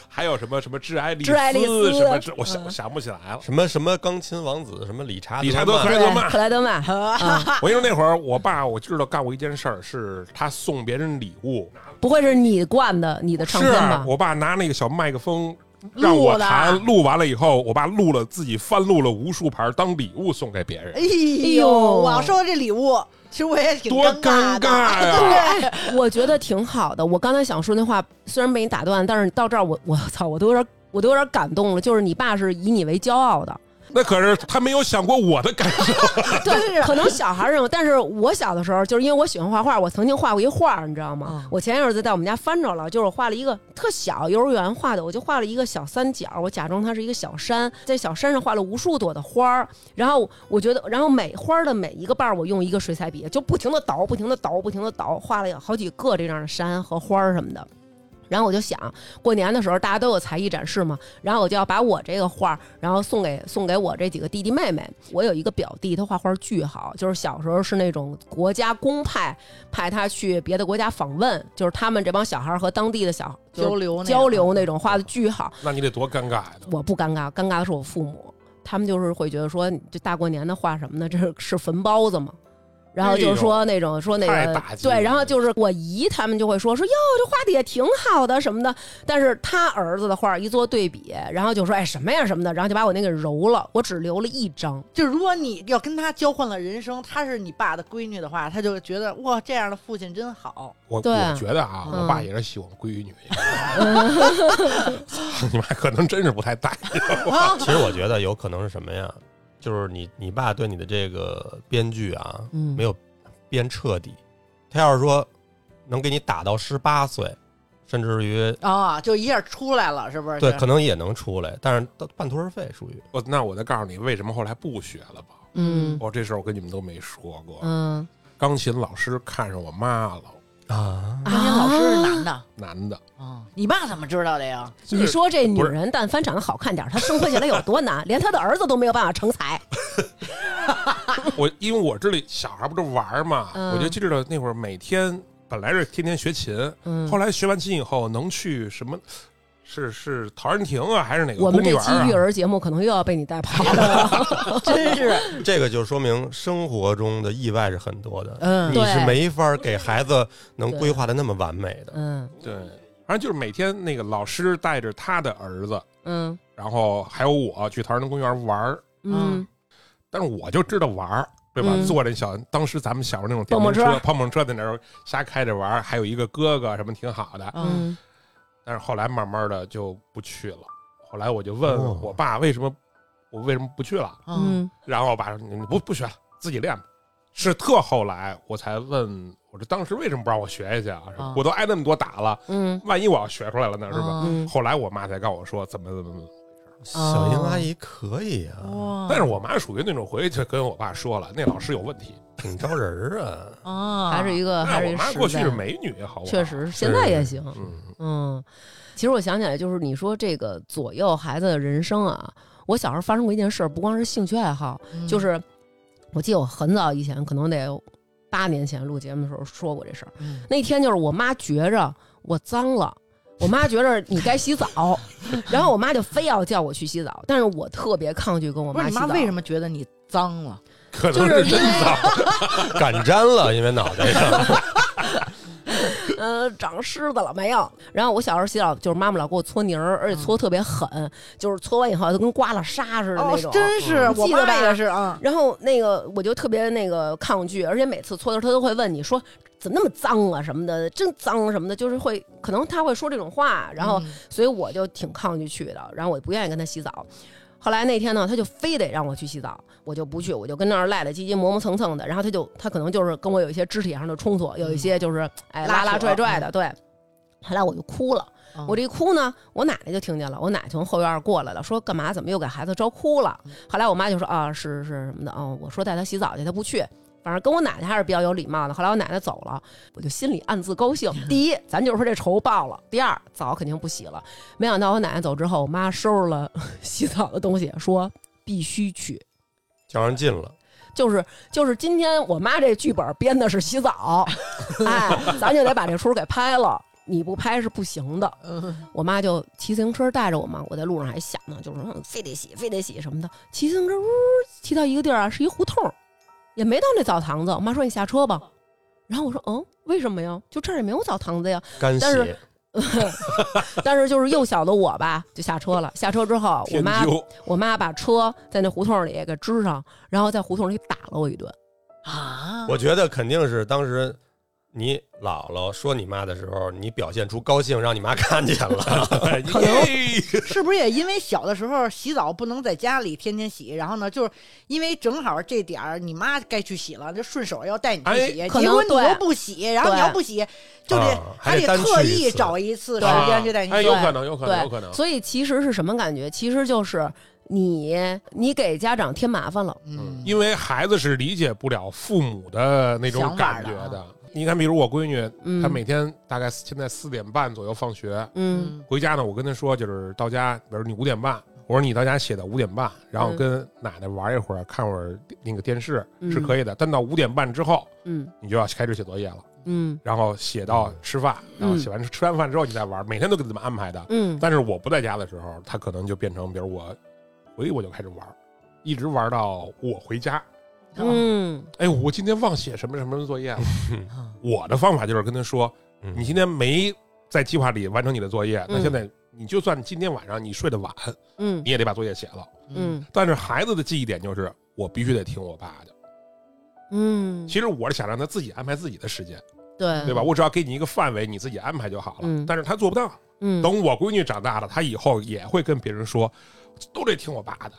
[SPEAKER 2] 还有什么什么挚爱丽
[SPEAKER 3] 挚爱丽丝嗯
[SPEAKER 2] 什么这，我想我想不起来了。
[SPEAKER 5] 什么什么钢琴王子，什么理查
[SPEAKER 2] 理查德
[SPEAKER 5] 曼
[SPEAKER 2] 克莱德曼
[SPEAKER 3] 克莱德 曼，
[SPEAKER 2] 我跟你说那会儿，我爸我知道干过一件事儿，是他送别人礼物，
[SPEAKER 3] 不会是你灌的你的啊唱片
[SPEAKER 2] 是啊
[SPEAKER 3] 吧？
[SPEAKER 2] 我爸拿那个小麦克风让我弹，
[SPEAKER 1] 录的
[SPEAKER 2] 录完了以后，我爸录了自己翻录了无数盘当礼物送给别人
[SPEAKER 1] 哎，呦，
[SPEAKER 3] 呦
[SPEAKER 1] 我要收到这礼物，其实我也挺
[SPEAKER 2] 多
[SPEAKER 1] 尴
[SPEAKER 2] 尴尬
[SPEAKER 1] 的，
[SPEAKER 2] 呀、
[SPEAKER 3] 对，哎我觉得挺好的。我刚才想说那话，虽然被你打断，但是到这儿我我操，我都有点我都有点感动了。就是你爸是以你为骄傲的，
[SPEAKER 2] 那可是他没有想过我的感受。
[SPEAKER 3] 对，可能小孩儿认为，但是我小的时候，就是因为我喜欢画画，我曾经画过一画儿，你知道吗？
[SPEAKER 1] 嗯
[SPEAKER 3] 我前一阵子在我们家翻着了，就是我画了一个特小幼儿园画的，我就画了一个小三角，我假装它是一个小山，在小山上画了无数朵的花儿，然后我觉得，然后每花儿的每一个瓣儿，我用一个水彩笔就不停的倒，不停的倒，不停的倒，画了有好几个这样的山和花儿什么的。然后我就想，过年的时候大家都有才艺展示嘛，然后我就要把我这个画儿，然后送给送给我这几个弟弟妹妹。我有一个表弟，他画画巨好，就是小时候是那种国家公派派他去别的国家访问，就是他们这帮小孩儿和当地的小就是
[SPEAKER 1] 交流那
[SPEAKER 3] 交
[SPEAKER 1] 种
[SPEAKER 3] 流那种画的巨好。
[SPEAKER 2] 那你得多尴尬呀、
[SPEAKER 3] 我不尴尬，尴尬的是我父母，他们就是会觉得说，你这大过年的画什么呢？这是是坟包子吗？然后就是说那种说那
[SPEAKER 2] 哎太
[SPEAKER 3] 个
[SPEAKER 2] 打击了
[SPEAKER 3] 对，然后就是我姨他们就会说说哟，这画的也挺好的什么的，但是他儿子的画一做对比，然后就说哎什么呀什么的，然后就把我那给揉了，我只留了一张。
[SPEAKER 1] 就如果你要跟他交换了人生，他是你爸的闺女的话，他就觉得哇，这样的父亲真好。
[SPEAKER 2] 我
[SPEAKER 3] 对
[SPEAKER 2] 我觉得啊，
[SPEAKER 3] 嗯
[SPEAKER 2] 我爸也是喜欢闺女，操 你妈，可能真是不太带。
[SPEAKER 5] 其实我觉得有可能是什么呀？就是你你爸对你的这个编剧啊，
[SPEAKER 3] 嗯
[SPEAKER 5] 没有编彻底。他要是说能给你打到十八岁，甚至于
[SPEAKER 1] 啊、就一下出来了，是不是？
[SPEAKER 5] 对，可能也能出来，但是到半途而废属于。
[SPEAKER 2] 我 那我再告诉你为什么后来不学了吧。
[SPEAKER 3] 嗯
[SPEAKER 2] 哦，这事儿我跟你们都没说过。
[SPEAKER 3] 嗯，
[SPEAKER 2] 钢琴老师看上我妈了，
[SPEAKER 5] 啊，
[SPEAKER 1] 钢琴老师是男的
[SPEAKER 2] 男的，
[SPEAKER 1] 啊，你爸怎么知道的呀？
[SPEAKER 3] 你说这女人但凡长得好看点儿，她生活起来有多难？连她的儿子都没有办法成才。
[SPEAKER 2] 我因为我知道小孩不是玩儿嘛，
[SPEAKER 3] 嗯
[SPEAKER 2] 我就记着那会儿每天本来是天天学琴，
[SPEAKER 3] 嗯
[SPEAKER 2] 后，来学完琴以后能去什么？是是陶然亭啊，还是哪个
[SPEAKER 3] 我
[SPEAKER 2] 公
[SPEAKER 3] 们
[SPEAKER 2] 园
[SPEAKER 3] 这期育
[SPEAKER 2] 啊？
[SPEAKER 3] 儿节目可能又要被你带跑 了。
[SPEAKER 1] 真是，
[SPEAKER 5] 这个就说明生活中的意外是很多的，
[SPEAKER 1] 嗯
[SPEAKER 5] 你
[SPEAKER 3] 对
[SPEAKER 5] 是没法给孩子能
[SPEAKER 3] 对
[SPEAKER 5] 规划的那么完美的。
[SPEAKER 3] 嗯
[SPEAKER 2] 对，反正就是每天那个老师带着他的儿子，
[SPEAKER 3] 嗯
[SPEAKER 2] 然后还有我去陶然亭公园玩儿，
[SPEAKER 3] 嗯，
[SPEAKER 2] 但是我就知道玩儿，对吧？
[SPEAKER 3] 嗯
[SPEAKER 2] 坐着小，当时咱们小时候那种电
[SPEAKER 3] 碰
[SPEAKER 2] 动
[SPEAKER 3] 碰
[SPEAKER 2] 车、
[SPEAKER 3] 车
[SPEAKER 2] 碰碰车在那儿瞎开着玩儿，还有一个哥哥什么挺好的，
[SPEAKER 1] 嗯，
[SPEAKER 2] 但是后来慢慢的就不去了。后来我就问
[SPEAKER 5] 哦
[SPEAKER 2] 我爸为什么我为什么不去了，
[SPEAKER 1] 嗯，
[SPEAKER 2] 然后我爸说你你不不学了，自己练吧。是特后来我才问我这当时为什么不让我学下去啊？
[SPEAKER 3] 哦
[SPEAKER 1] 啊
[SPEAKER 2] 我都挨那么多打了，
[SPEAKER 3] 嗯
[SPEAKER 2] 万一我要学出来了呢，是吧？
[SPEAKER 1] 啊
[SPEAKER 3] 嗯
[SPEAKER 2] 后来我妈才告诉我说怎么怎么怎么，
[SPEAKER 5] 小英阿姨可以
[SPEAKER 3] 哦
[SPEAKER 5] 啊，
[SPEAKER 3] 嗯
[SPEAKER 1] 哇，
[SPEAKER 2] 但是我妈属于那种回去就跟我爸说了，那老师有问题，
[SPEAKER 5] 挺招人儿啊。
[SPEAKER 1] 啊，
[SPEAKER 3] 还是一个呃还是
[SPEAKER 2] 但
[SPEAKER 3] 一个
[SPEAKER 2] 是哎我妈
[SPEAKER 3] 实
[SPEAKER 2] 过去
[SPEAKER 3] 在
[SPEAKER 2] 是美女，好不好？
[SPEAKER 3] 确实，现在也行。
[SPEAKER 2] 嗯，
[SPEAKER 3] 嗯，其实我想起来，就是你说这个左右孩子的人生啊，我小时候发生过一件事儿，不光是兴趣爱好，
[SPEAKER 1] 嗯
[SPEAKER 3] 就是我记得我很早以前，可能得八年前录节目的时候说过这事儿。
[SPEAKER 1] 嗯
[SPEAKER 3] 那天就是我妈觉着我脏了。我妈觉着你该洗澡， 然后我妈就非要叫我去洗澡，但是我特别抗拒跟我
[SPEAKER 1] 不是
[SPEAKER 3] 妈
[SPEAKER 1] 你
[SPEAKER 3] 洗
[SPEAKER 1] 妈
[SPEAKER 3] 澡。
[SPEAKER 1] 为什么觉得你脏了？
[SPEAKER 2] 可
[SPEAKER 3] 就
[SPEAKER 2] 能
[SPEAKER 3] 是因
[SPEAKER 2] 是真
[SPEAKER 3] 为
[SPEAKER 2] 脏。
[SPEAKER 5] 敢粘了，因为脑袋上
[SPEAKER 3] 呃，长虱子了没有？然后我小时候洗澡，就是妈妈老给我搓泥儿，而且
[SPEAKER 1] 嗯
[SPEAKER 3] 搓特别狠，就是搓完以后就跟刮了痧似的那种。
[SPEAKER 1] 真哦是，
[SPEAKER 3] 嗯
[SPEAKER 1] 我
[SPEAKER 3] 记得
[SPEAKER 1] 爸
[SPEAKER 3] 吧
[SPEAKER 1] 也是啊，
[SPEAKER 3] 然后那个我就特别那个抗拒，而且每次搓的时候他都会问你说怎么那么脏啊什么的，真脏什么的，就是会可能他会说这种话，然后
[SPEAKER 1] 嗯
[SPEAKER 3] 所以我就挺抗拒去的，然后我也不愿意跟他洗澡。后来那天呢，他就非得让我去洗澡，我就不去，我就跟那儿赖赖唧唧、磨磨蹭蹭的。然后他就他可能就是跟我有一些肢体上的冲突，有一些就是哎
[SPEAKER 1] 拉
[SPEAKER 3] 拉
[SPEAKER 1] 扯
[SPEAKER 3] 拉拽拽的，对。后来我就哭了，
[SPEAKER 1] 嗯
[SPEAKER 3] 我这一哭呢，我奶奶就听见了，我奶从后院过来了，说干嘛？怎么又给孩子招哭了？后来我妈就说啊，是是什么的，嗯，我说带他洗澡去，他不去。反正跟我奶奶还是比较有礼貌的。后来我奶奶走了，我就心里暗自高兴。第一，咱就是说这仇报了；第二，澡肯定不洗了。没想到我奶奶走之后，我妈收拾了 洗澡的东西，说必须去。
[SPEAKER 5] 较上劲了，
[SPEAKER 3] 就是就是今天我妈这剧本编的是洗澡， 哎，咱就得把这出给拍了。你不拍是不行的。
[SPEAKER 1] 嗯
[SPEAKER 3] 我妈就骑自行车带着我嘛，我在路上还想呢，就是说嗯非得洗，非得洗什么的。骑自行车呜骑到一个地儿啊，是一胡同儿，也没到那澡堂子。我妈说你下车吧，然后我说嗯，为什么呀？就这儿也没有澡堂 子呀。
[SPEAKER 5] 干
[SPEAKER 3] 但
[SPEAKER 5] 洗
[SPEAKER 3] 是但是就是幼小的我吧，就下车了。下车之后，我
[SPEAKER 2] 天
[SPEAKER 3] 妈
[SPEAKER 2] 究，
[SPEAKER 3] 我妈把车在那胡同里给支上，然后在胡同里打了我一顿。
[SPEAKER 1] 啊，
[SPEAKER 5] 我觉得肯定是当时你姥姥说你妈的时候，你表现出高兴，让你妈看见 了。
[SPEAKER 3] 可能
[SPEAKER 2] 耶
[SPEAKER 1] 是不是也因为小的时候洗澡不能在家里天天洗，然后呢，就是因为正好这点儿你妈该去洗了，就顺手要带你去洗，
[SPEAKER 2] 哎
[SPEAKER 3] 可
[SPEAKER 1] 结
[SPEAKER 3] 能
[SPEAKER 1] 果你
[SPEAKER 3] 对
[SPEAKER 1] 又不洗，然后你要不洗，就得、
[SPEAKER 5] 啊还得
[SPEAKER 1] 得
[SPEAKER 5] 单去
[SPEAKER 1] 特
[SPEAKER 5] 一
[SPEAKER 1] 意
[SPEAKER 5] 次
[SPEAKER 1] 找一次时
[SPEAKER 3] 对
[SPEAKER 1] 间去带你
[SPEAKER 2] 哎，
[SPEAKER 1] 去。
[SPEAKER 2] 有可能，有可能，
[SPEAKER 3] 对
[SPEAKER 2] 有可能。
[SPEAKER 3] 所以其实是什么感觉？其实就是你你给家长添麻烦了。
[SPEAKER 1] 嗯，
[SPEAKER 2] 因为孩子是理解不了父母的那种
[SPEAKER 1] 想法
[SPEAKER 2] 感
[SPEAKER 1] 的
[SPEAKER 2] 觉
[SPEAKER 1] 啊
[SPEAKER 2] 的。你看，比如我闺女，
[SPEAKER 3] 嗯，
[SPEAKER 2] 她每天大概现在四点半左右放学
[SPEAKER 3] 嗯
[SPEAKER 1] 嗯
[SPEAKER 2] 回家呢，我跟她说就是到家，比如你五点半，我说你到家写到五点半，然后
[SPEAKER 3] 嗯
[SPEAKER 2] 跟奶奶玩一会儿，看会儿那个电视
[SPEAKER 3] 嗯
[SPEAKER 2] 是可以的，但到五点半之后，
[SPEAKER 3] 嗯
[SPEAKER 2] 你就要开始写作业了，
[SPEAKER 3] 嗯
[SPEAKER 2] 然后写到吃饭，然后
[SPEAKER 3] 嗯
[SPEAKER 2] 写完吃完饭之后你再玩，每天都给他们安排的。
[SPEAKER 3] 嗯
[SPEAKER 2] 但是我不在家的时候，她可能就变成，比如我回我就开始玩，一直玩到我回家。
[SPEAKER 1] 啊
[SPEAKER 3] 嗯，
[SPEAKER 2] 哎，我今天忘写什么什么什么作业 了。我的方法就是跟他说，你
[SPEAKER 5] 你
[SPEAKER 2] 今天没在计划里完成你的作业，那
[SPEAKER 3] 嗯
[SPEAKER 2] 现在你就算今天晚上你睡得晚，
[SPEAKER 3] 嗯
[SPEAKER 2] 你也得把作业写了。
[SPEAKER 3] 嗯
[SPEAKER 2] 但是孩子的记忆点就是我必须得听我爸的。
[SPEAKER 3] 嗯，
[SPEAKER 2] 其实我是想让他自己安排自己的时间，
[SPEAKER 3] 对
[SPEAKER 2] 对吧？？我只要给你一个范围，你自己安排就好了。
[SPEAKER 3] 嗯
[SPEAKER 2] 但是他做不到。
[SPEAKER 3] 嗯，
[SPEAKER 2] 等我闺女长大了，她以后也会跟别人说，都得听我爸的，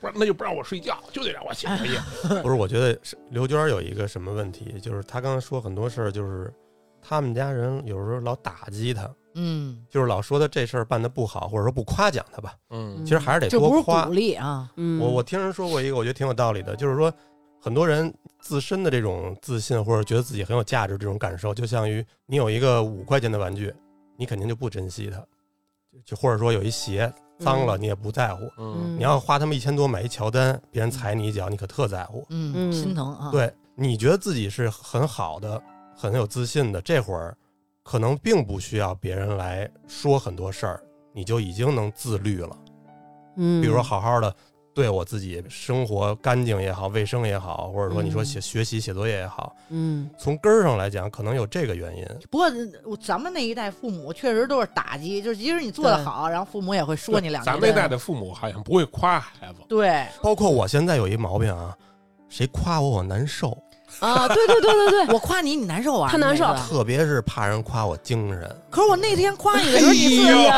[SPEAKER 2] 不然那就不让我睡觉，就得让我写作业。
[SPEAKER 1] 嗯
[SPEAKER 5] 不是，我觉得是刘娟儿有一个什么问题，就是她刚才说很多事儿，就是他们家人有时候老打击她，
[SPEAKER 1] 嗯，
[SPEAKER 5] 就是老说她这事儿办得不好，或者说不夸奖她吧。
[SPEAKER 2] 嗯
[SPEAKER 5] 其实还是得
[SPEAKER 1] 这不
[SPEAKER 5] 多
[SPEAKER 1] 是
[SPEAKER 5] 夸
[SPEAKER 1] 鼓。励啊，
[SPEAKER 3] 嗯，
[SPEAKER 5] 我我听人说过一个，我觉得挺有道理的，就是说很多人自身的这种自信或者觉得自己很有价值这种感受，就像于你有一个五块钱的玩具，你肯定就不珍惜它，就或者说有一鞋脏了
[SPEAKER 3] 嗯
[SPEAKER 5] 你也不在乎。
[SPEAKER 2] 嗯
[SPEAKER 5] 你要花他们一千多买一乔丹，别人踩你一脚，你可特在乎。
[SPEAKER 1] 嗯，
[SPEAKER 3] 嗯
[SPEAKER 1] 心疼啊，，
[SPEAKER 5] 对，你觉得自己是很好的、很有自信的，这会儿可能并不需要别人来说很多事儿，你就已经能自律了。
[SPEAKER 3] 嗯，
[SPEAKER 5] 比如说，好好的对我自己生活干净也好、卫生也好，或者说你说
[SPEAKER 3] 嗯
[SPEAKER 5] 写学习、写作业也好，
[SPEAKER 3] 嗯
[SPEAKER 5] 从根儿上来讲，可能有这个原因。
[SPEAKER 1] 不过呃咱们那一代父母确实都是打击，就是即使你做的好，然后父母也会说你两句。
[SPEAKER 2] 咱们那代的父母好像不会夸孩子，
[SPEAKER 1] 对，
[SPEAKER 5] 包括我现在有一毛病啊，谁夸我我难受，
[SPEAKER 3] 啊，对对对对 对，
[SPEAKER 1] 我夸你，你难受啊，
[SPEAKER 3] 他难受
[SPEAKER 1] 你觉得
[SPEAKER 5] 特别是怕人夸我精神。
[SPEAKER 1] 可是我那天夸你的时候，你自己
[SPEAKER 2] 哎呦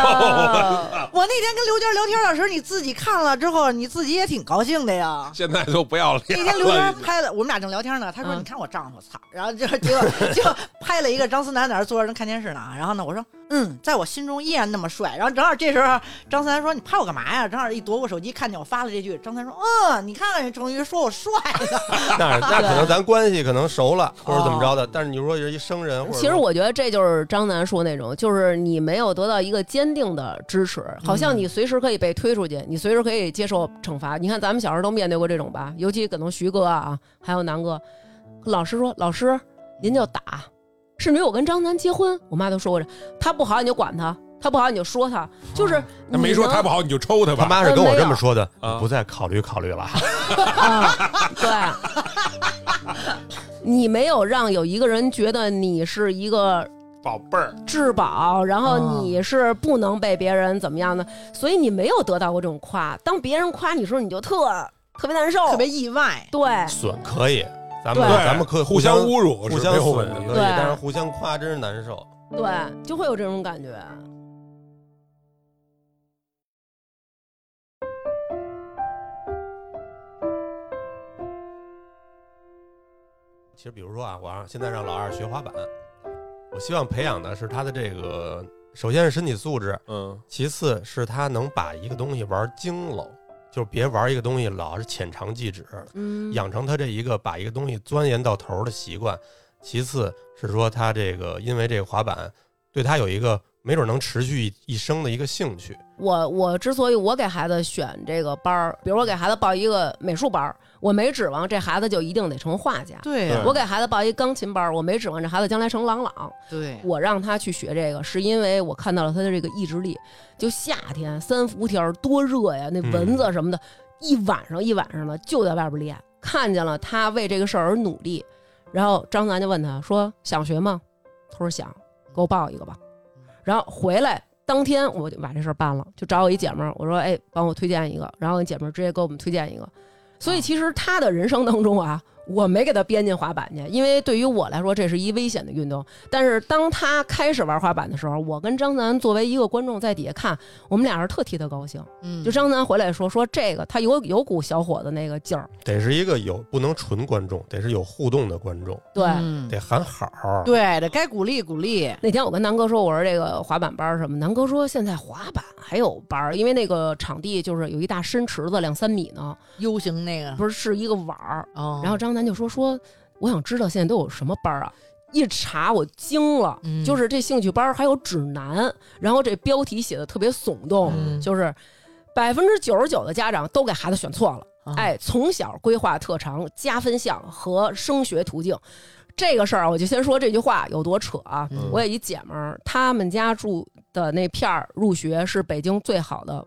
[SPEAKER 3] 呀
[SPEAKER 1] 我那天跟刘娟聊天的时候，你自己看了之后，你自己也挺高兴的呀。
[SPEAKER 2] 现在都不要脸
[SPEAKER 1] 那天刘娟
[SPEAKER 2] 了。
[SPEAKER 1] 拍了，我们俩正聊天呢，她说：“
[SPEAKER 3] 嗯
[SPEAKER 1] 你看我丈夫，操！”然后就结果就拍了一个张思楠在那儿坐着正看电视呢。然后呢，我说：“嗯，在我心中依然那么帅。”然后正好这时候张思楠说：“你拍我干嘛呀？”正好一夺过手机看见我发了这句，张思楠说：“嗯，你看看人成瑜说我帅呢。
[SPEAKER 5] 那那可能咱关系可能熟了，或者怎么着的。
[SPEAKER 1] 哦
[SPEAKER 5] 但是你说是一生人，或者
[SPEAKER 3] 啊其实
[SPEAKER 5] 说
[SPEAKER 3] 我觉得这就是张楠说那种，就是你没有得到一个坚定的支持，好像你随时可以被推出去，你随时可以接受惩罚。你看咱们小时候都面对过这种吧，尤其可能徐哥啊，还有南哥，老师说老师您就打，甚至于我跟张楠结婚，我妈都说过这，他不好你就管他，他不好你就说他，就是
[SPEAKER 2] 他没说
[SPEAKER 3] 你能
[SPEAKER 2] 他不好，你就抽他吧。
[SPEAKER 5] 他
[SPEAKER 2] 啊
[SPEAKER 5] 妈是跟我这么说的，
[SPEAKER 2] 没有
[SPEAKER 5] 你不再考虑考虑了。
[SPEAKER 3] 啊，对， 你没有让有一个人觉得你是一个
[SPEAKER 2] 宝贝儿，
[SPEAKER 3] 质保，然后你是不能被别人怎么样的，所以你没有得到过这种夸。当别人夸你的时候，你就特特别难受，
[SPEAKER 1] 特别意外。
[SPEAKER 3] 对，
[SPEAKER 5] 损可以，咱们
[SPEAKER 3] 哎对
[SPEAKER 5] 咱们可以
[SPEAKER 2] 互
[SPEAKER 5] 相
[SPEAKER 2] 相侮辱
[SPEAKER 5] 互
[SPEAKER 2] 是
[SPEAKER 5] 相
[SPEAKER 2] 没有
[SPEAKER 5] 损
[SPEAKER 2] 问题
[SPEAKER 5] 可
[SPEAKER 2] 的。
[SPEAKER 5] 以，
[SPEAKER 3] 对
[SPEAKER 5] 但是互相夸真是难受。
[SPEAKER 3] 对，就会有这种感觉。
[SPEAKER 5] 其实比如说啊，我让现在让老二学滑板，我希望培养的是他的这个，首先是身体素质，
[SPEAKER 2] 嗯，
[SPEAKER 5] 其次是他能把一个东西玩精喽，就是别玩一个东西老是浅尝即止，
[SPEAKER 3] 嗯，
[SPEAKER 5] 养成他这一个把一个东西钻研到头儿的习惯。其次是说他这个因为这个滑板对他有一个没准能持续一一生的一个兴趣。
[SPEAKER 3] 我我之所以我给孩子选这个班儿，比如我给孩子报一个美术班儿，我没指望这孩子就一定得成画家。
[SPEAKER 1] 对
[SPEAKER 2] 呀
[SPEAKER 3] 我给孩子报一钢琴班儿，我没指望这孩子将来成朗朗。
[SPEAKER 1] 对，
[SPEAKER 3] 我让他去学这个，是因为我看到了他的这个意志力。就夏天三伏天儿多热呀，那蚊子什么的，一晚上一晚上的就在外边练。看见了他为这个事儿而努力，然后张楠就问他说：“想学吗？”他说：“想，给我报一个吧。”然后回来当天我就把这事儿办了，就找我一姐们儿，我说：“哎，帮我推荐一个。”然后我姐们儿直接给我们推荐一个。所以其实他的人生当中啊，我没给他编进滑板去，因为对于我来说这是一危险的运动。但是当他开始玩滑板的时候，我跟张楠作为一个观众在底下看，我们俩是特替他高兴。
[SPEAKER 1] 嗯
[SPEAKER 3] 就张楠回来说说这个，他有有股小伙子那个劲儿，
[SPEAKER 5] 得是一个有不能纯观众，得是有互动的观众，
[SPEAKER 3] 对。
[SPEAKER 1] 嗯
[SPEAKER 5] 得喊好儿。
[SPEAKER 1] 对的，该鼓励鼓励。
[SPEAKER 3] 那天我跟南哥说，我说这个滑板班儿什么？南哥说现在滑板还有班儿，因为那个场地就是有一大深池子，两三米呢，
[SPEAKER 1] U 型那个，
[SPEAKER 3] 不是是一个碗儿。
[SPEAKER 1] 哦，
[SPEAKER 3] 然后张楠就说说，我想知道现在都有什么班儿啊？一查我惊了，
[SPEAKER 1] 嗯
[SPEAKER 3] 就是这兴趣班儿还有指南，然后这标题写的特别耸动，
[SPEAKER 1] 嗯
[SPEAKER 3] 就是百分之九十九的家长都给孩子选错了。
[SPEAKER 1] 啊
[SPEAKER 3] 哎，从小规划特长、加分项和升学途径，这个事儿啊我就先说这句话有多扯啊！
[SPEAKER 1] 嗯
[SPEAKER 3] 我有一姐们儿，他们家住的那片儿入学是北京最好的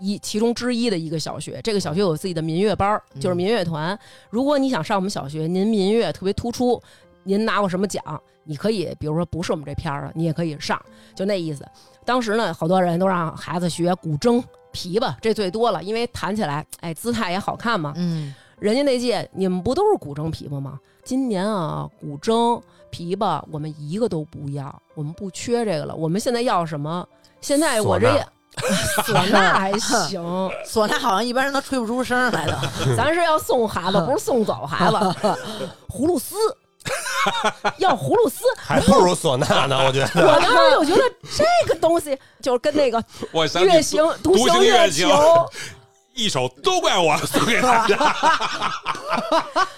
[SPEAKER 3] 一其中之一的一个小学。这个小学有自己的民乐班儿，就是民乐团。如果你想上我们小学，您民乐特别突出，您拿过什么奖，你可以比如说不是我们这片儿的，你也可以上，就那意思。当时呢，好多人都让孩子学古筝、琵琶，这最多了，因为弹起来，哎，姿态也好看嘛。
[SPEAKER 1] 嗯，
[SPEAKER 3] 人家那届你们不都是古筝琵琶吗？今年啊，古筝琵琶我们一个都不要，我们不缺这个了。我们现在要什么？现在我这也 唢呐还 行，
[SPEAKER 1] 唢呐好像一般人都吹不出声儿来的。
[SPEAKER 3] 咱是要送孩子，不是送走孩子。葫芦丝，要葫芦 丝。
[SPEAKER 5] 还不如唢呐呢，我觉
[SPEAKER 3] 我
[SPEAKER 5] 得。
[SPEAKER 3] 当时就觉得这个东西就是跟那个
[SPEAKER 2] 我想
[SPEAKER 3] 月
[SPEAKER 2] 起
[SPEAKER 3] 行独
[SPEAKER 2] 独行
[SPEAKER 3] 行
[SPEAKER 2] 月
[SPEAKER 3] 月
[SPEAKER 2] 球
[SPEAKER 3] 球，
[SPEAKER 2] 一首都怪我送给大家，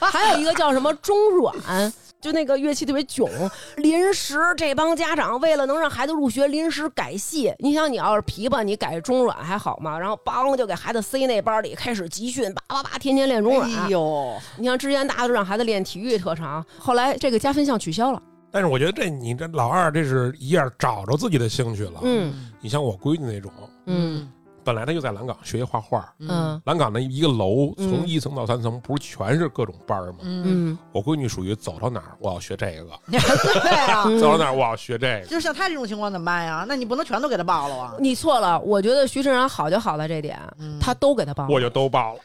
[SPEAKER 3] 还有一个叫什么中阮，就那个乐器特别囧，临时这帮家长为了能让孩子入学，临时改系。你想，你要是琵琶，你改中阮还好嘛？然后梆就给孩子塞那班里，开始集训，叭叭叭，天天练中阮。
[SPEAKER 1] 哎呦，
[SPEAKER 3] 你像之前大家都让孩子练体育特长，后来这个加分项取消了。
[SPEAKER 2] 但是我觉得这你这老二这是一样找着自己的兴趣了。
[SPEAKER 3] 嗯
[SPEAKER 2] 你像我闺女那种，
[SPEAKER 3] 嗯
[SPEAKER 2] 本来她就在蓝港学画画，
[SPEAKER 3] 嗯
[SPEAKER 2] 蓝港那一个楼
[SPEAKER 3] 嗯
[SPEAKER 2] 从一层到三层不是全是各种班儿吗？
[SPEAKER 1] 嗯，
[SPEAKER 3] 嗯，
[SPEAKER 2] 我闺女属于走到哪儿我要学这个，
[SPEAKER 1] 对啊，
[SPEAKER 3] 嗯
[SPEAKER 2] 走到哪儿我要学这个。
[SPEAKER 1] 就是像他这种情况怎么办呀？那你不能全都给他报了啊。
[SPEAKER 3] 你错了，我觉得徐志然好就好在这点，
[SPEAKER 1] 嗯
[SPEAKER 3] 他都给他报
[SPEAKER 2] 我
[SPEAKER 3] 了，
[SPEAKER 2] 就都报了。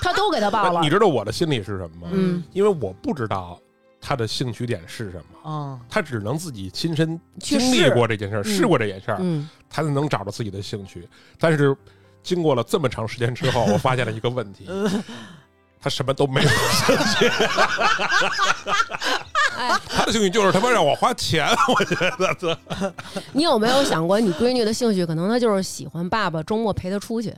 [SPEAKER 3] 他都给他报了
[SPEAKER 2] 你。知道我的心理是什么吗？
[SPEAKER 3] 嗯，
[SPEAKER 2] 因为我不知道她的兴趣点是什么，
[SPEAKER 1] 嗯，
[SPEAKER 2] 她只能自己亲身
[SPEAKER 3] 去
[SPEAKER 2] 经历
[SPEAKER 3] 试
[SPEAKER 2] 过这件事儿，
[SPEAKER 3] 嗯
[SPEAKER 2] 试过这件事儿，
[SPEAKER 3] 嗯
[SPEAKER 2] 她才能找到自己的兴趣。但是经过了这么长时间 之后，我发现了一个问题，
[SPEAKER 3] 嗯
[SPEAKER 2] 她什么都没有兴 趣，
[SPEAKER 3] 哎
[SPEAKER 2] 她的兴趣就是他妈让我花钱，我觉得这
[SPEAKER 3] 你有没有想过，你闺女的兴趣可能她就是喜欢爸爸周末陪她出去？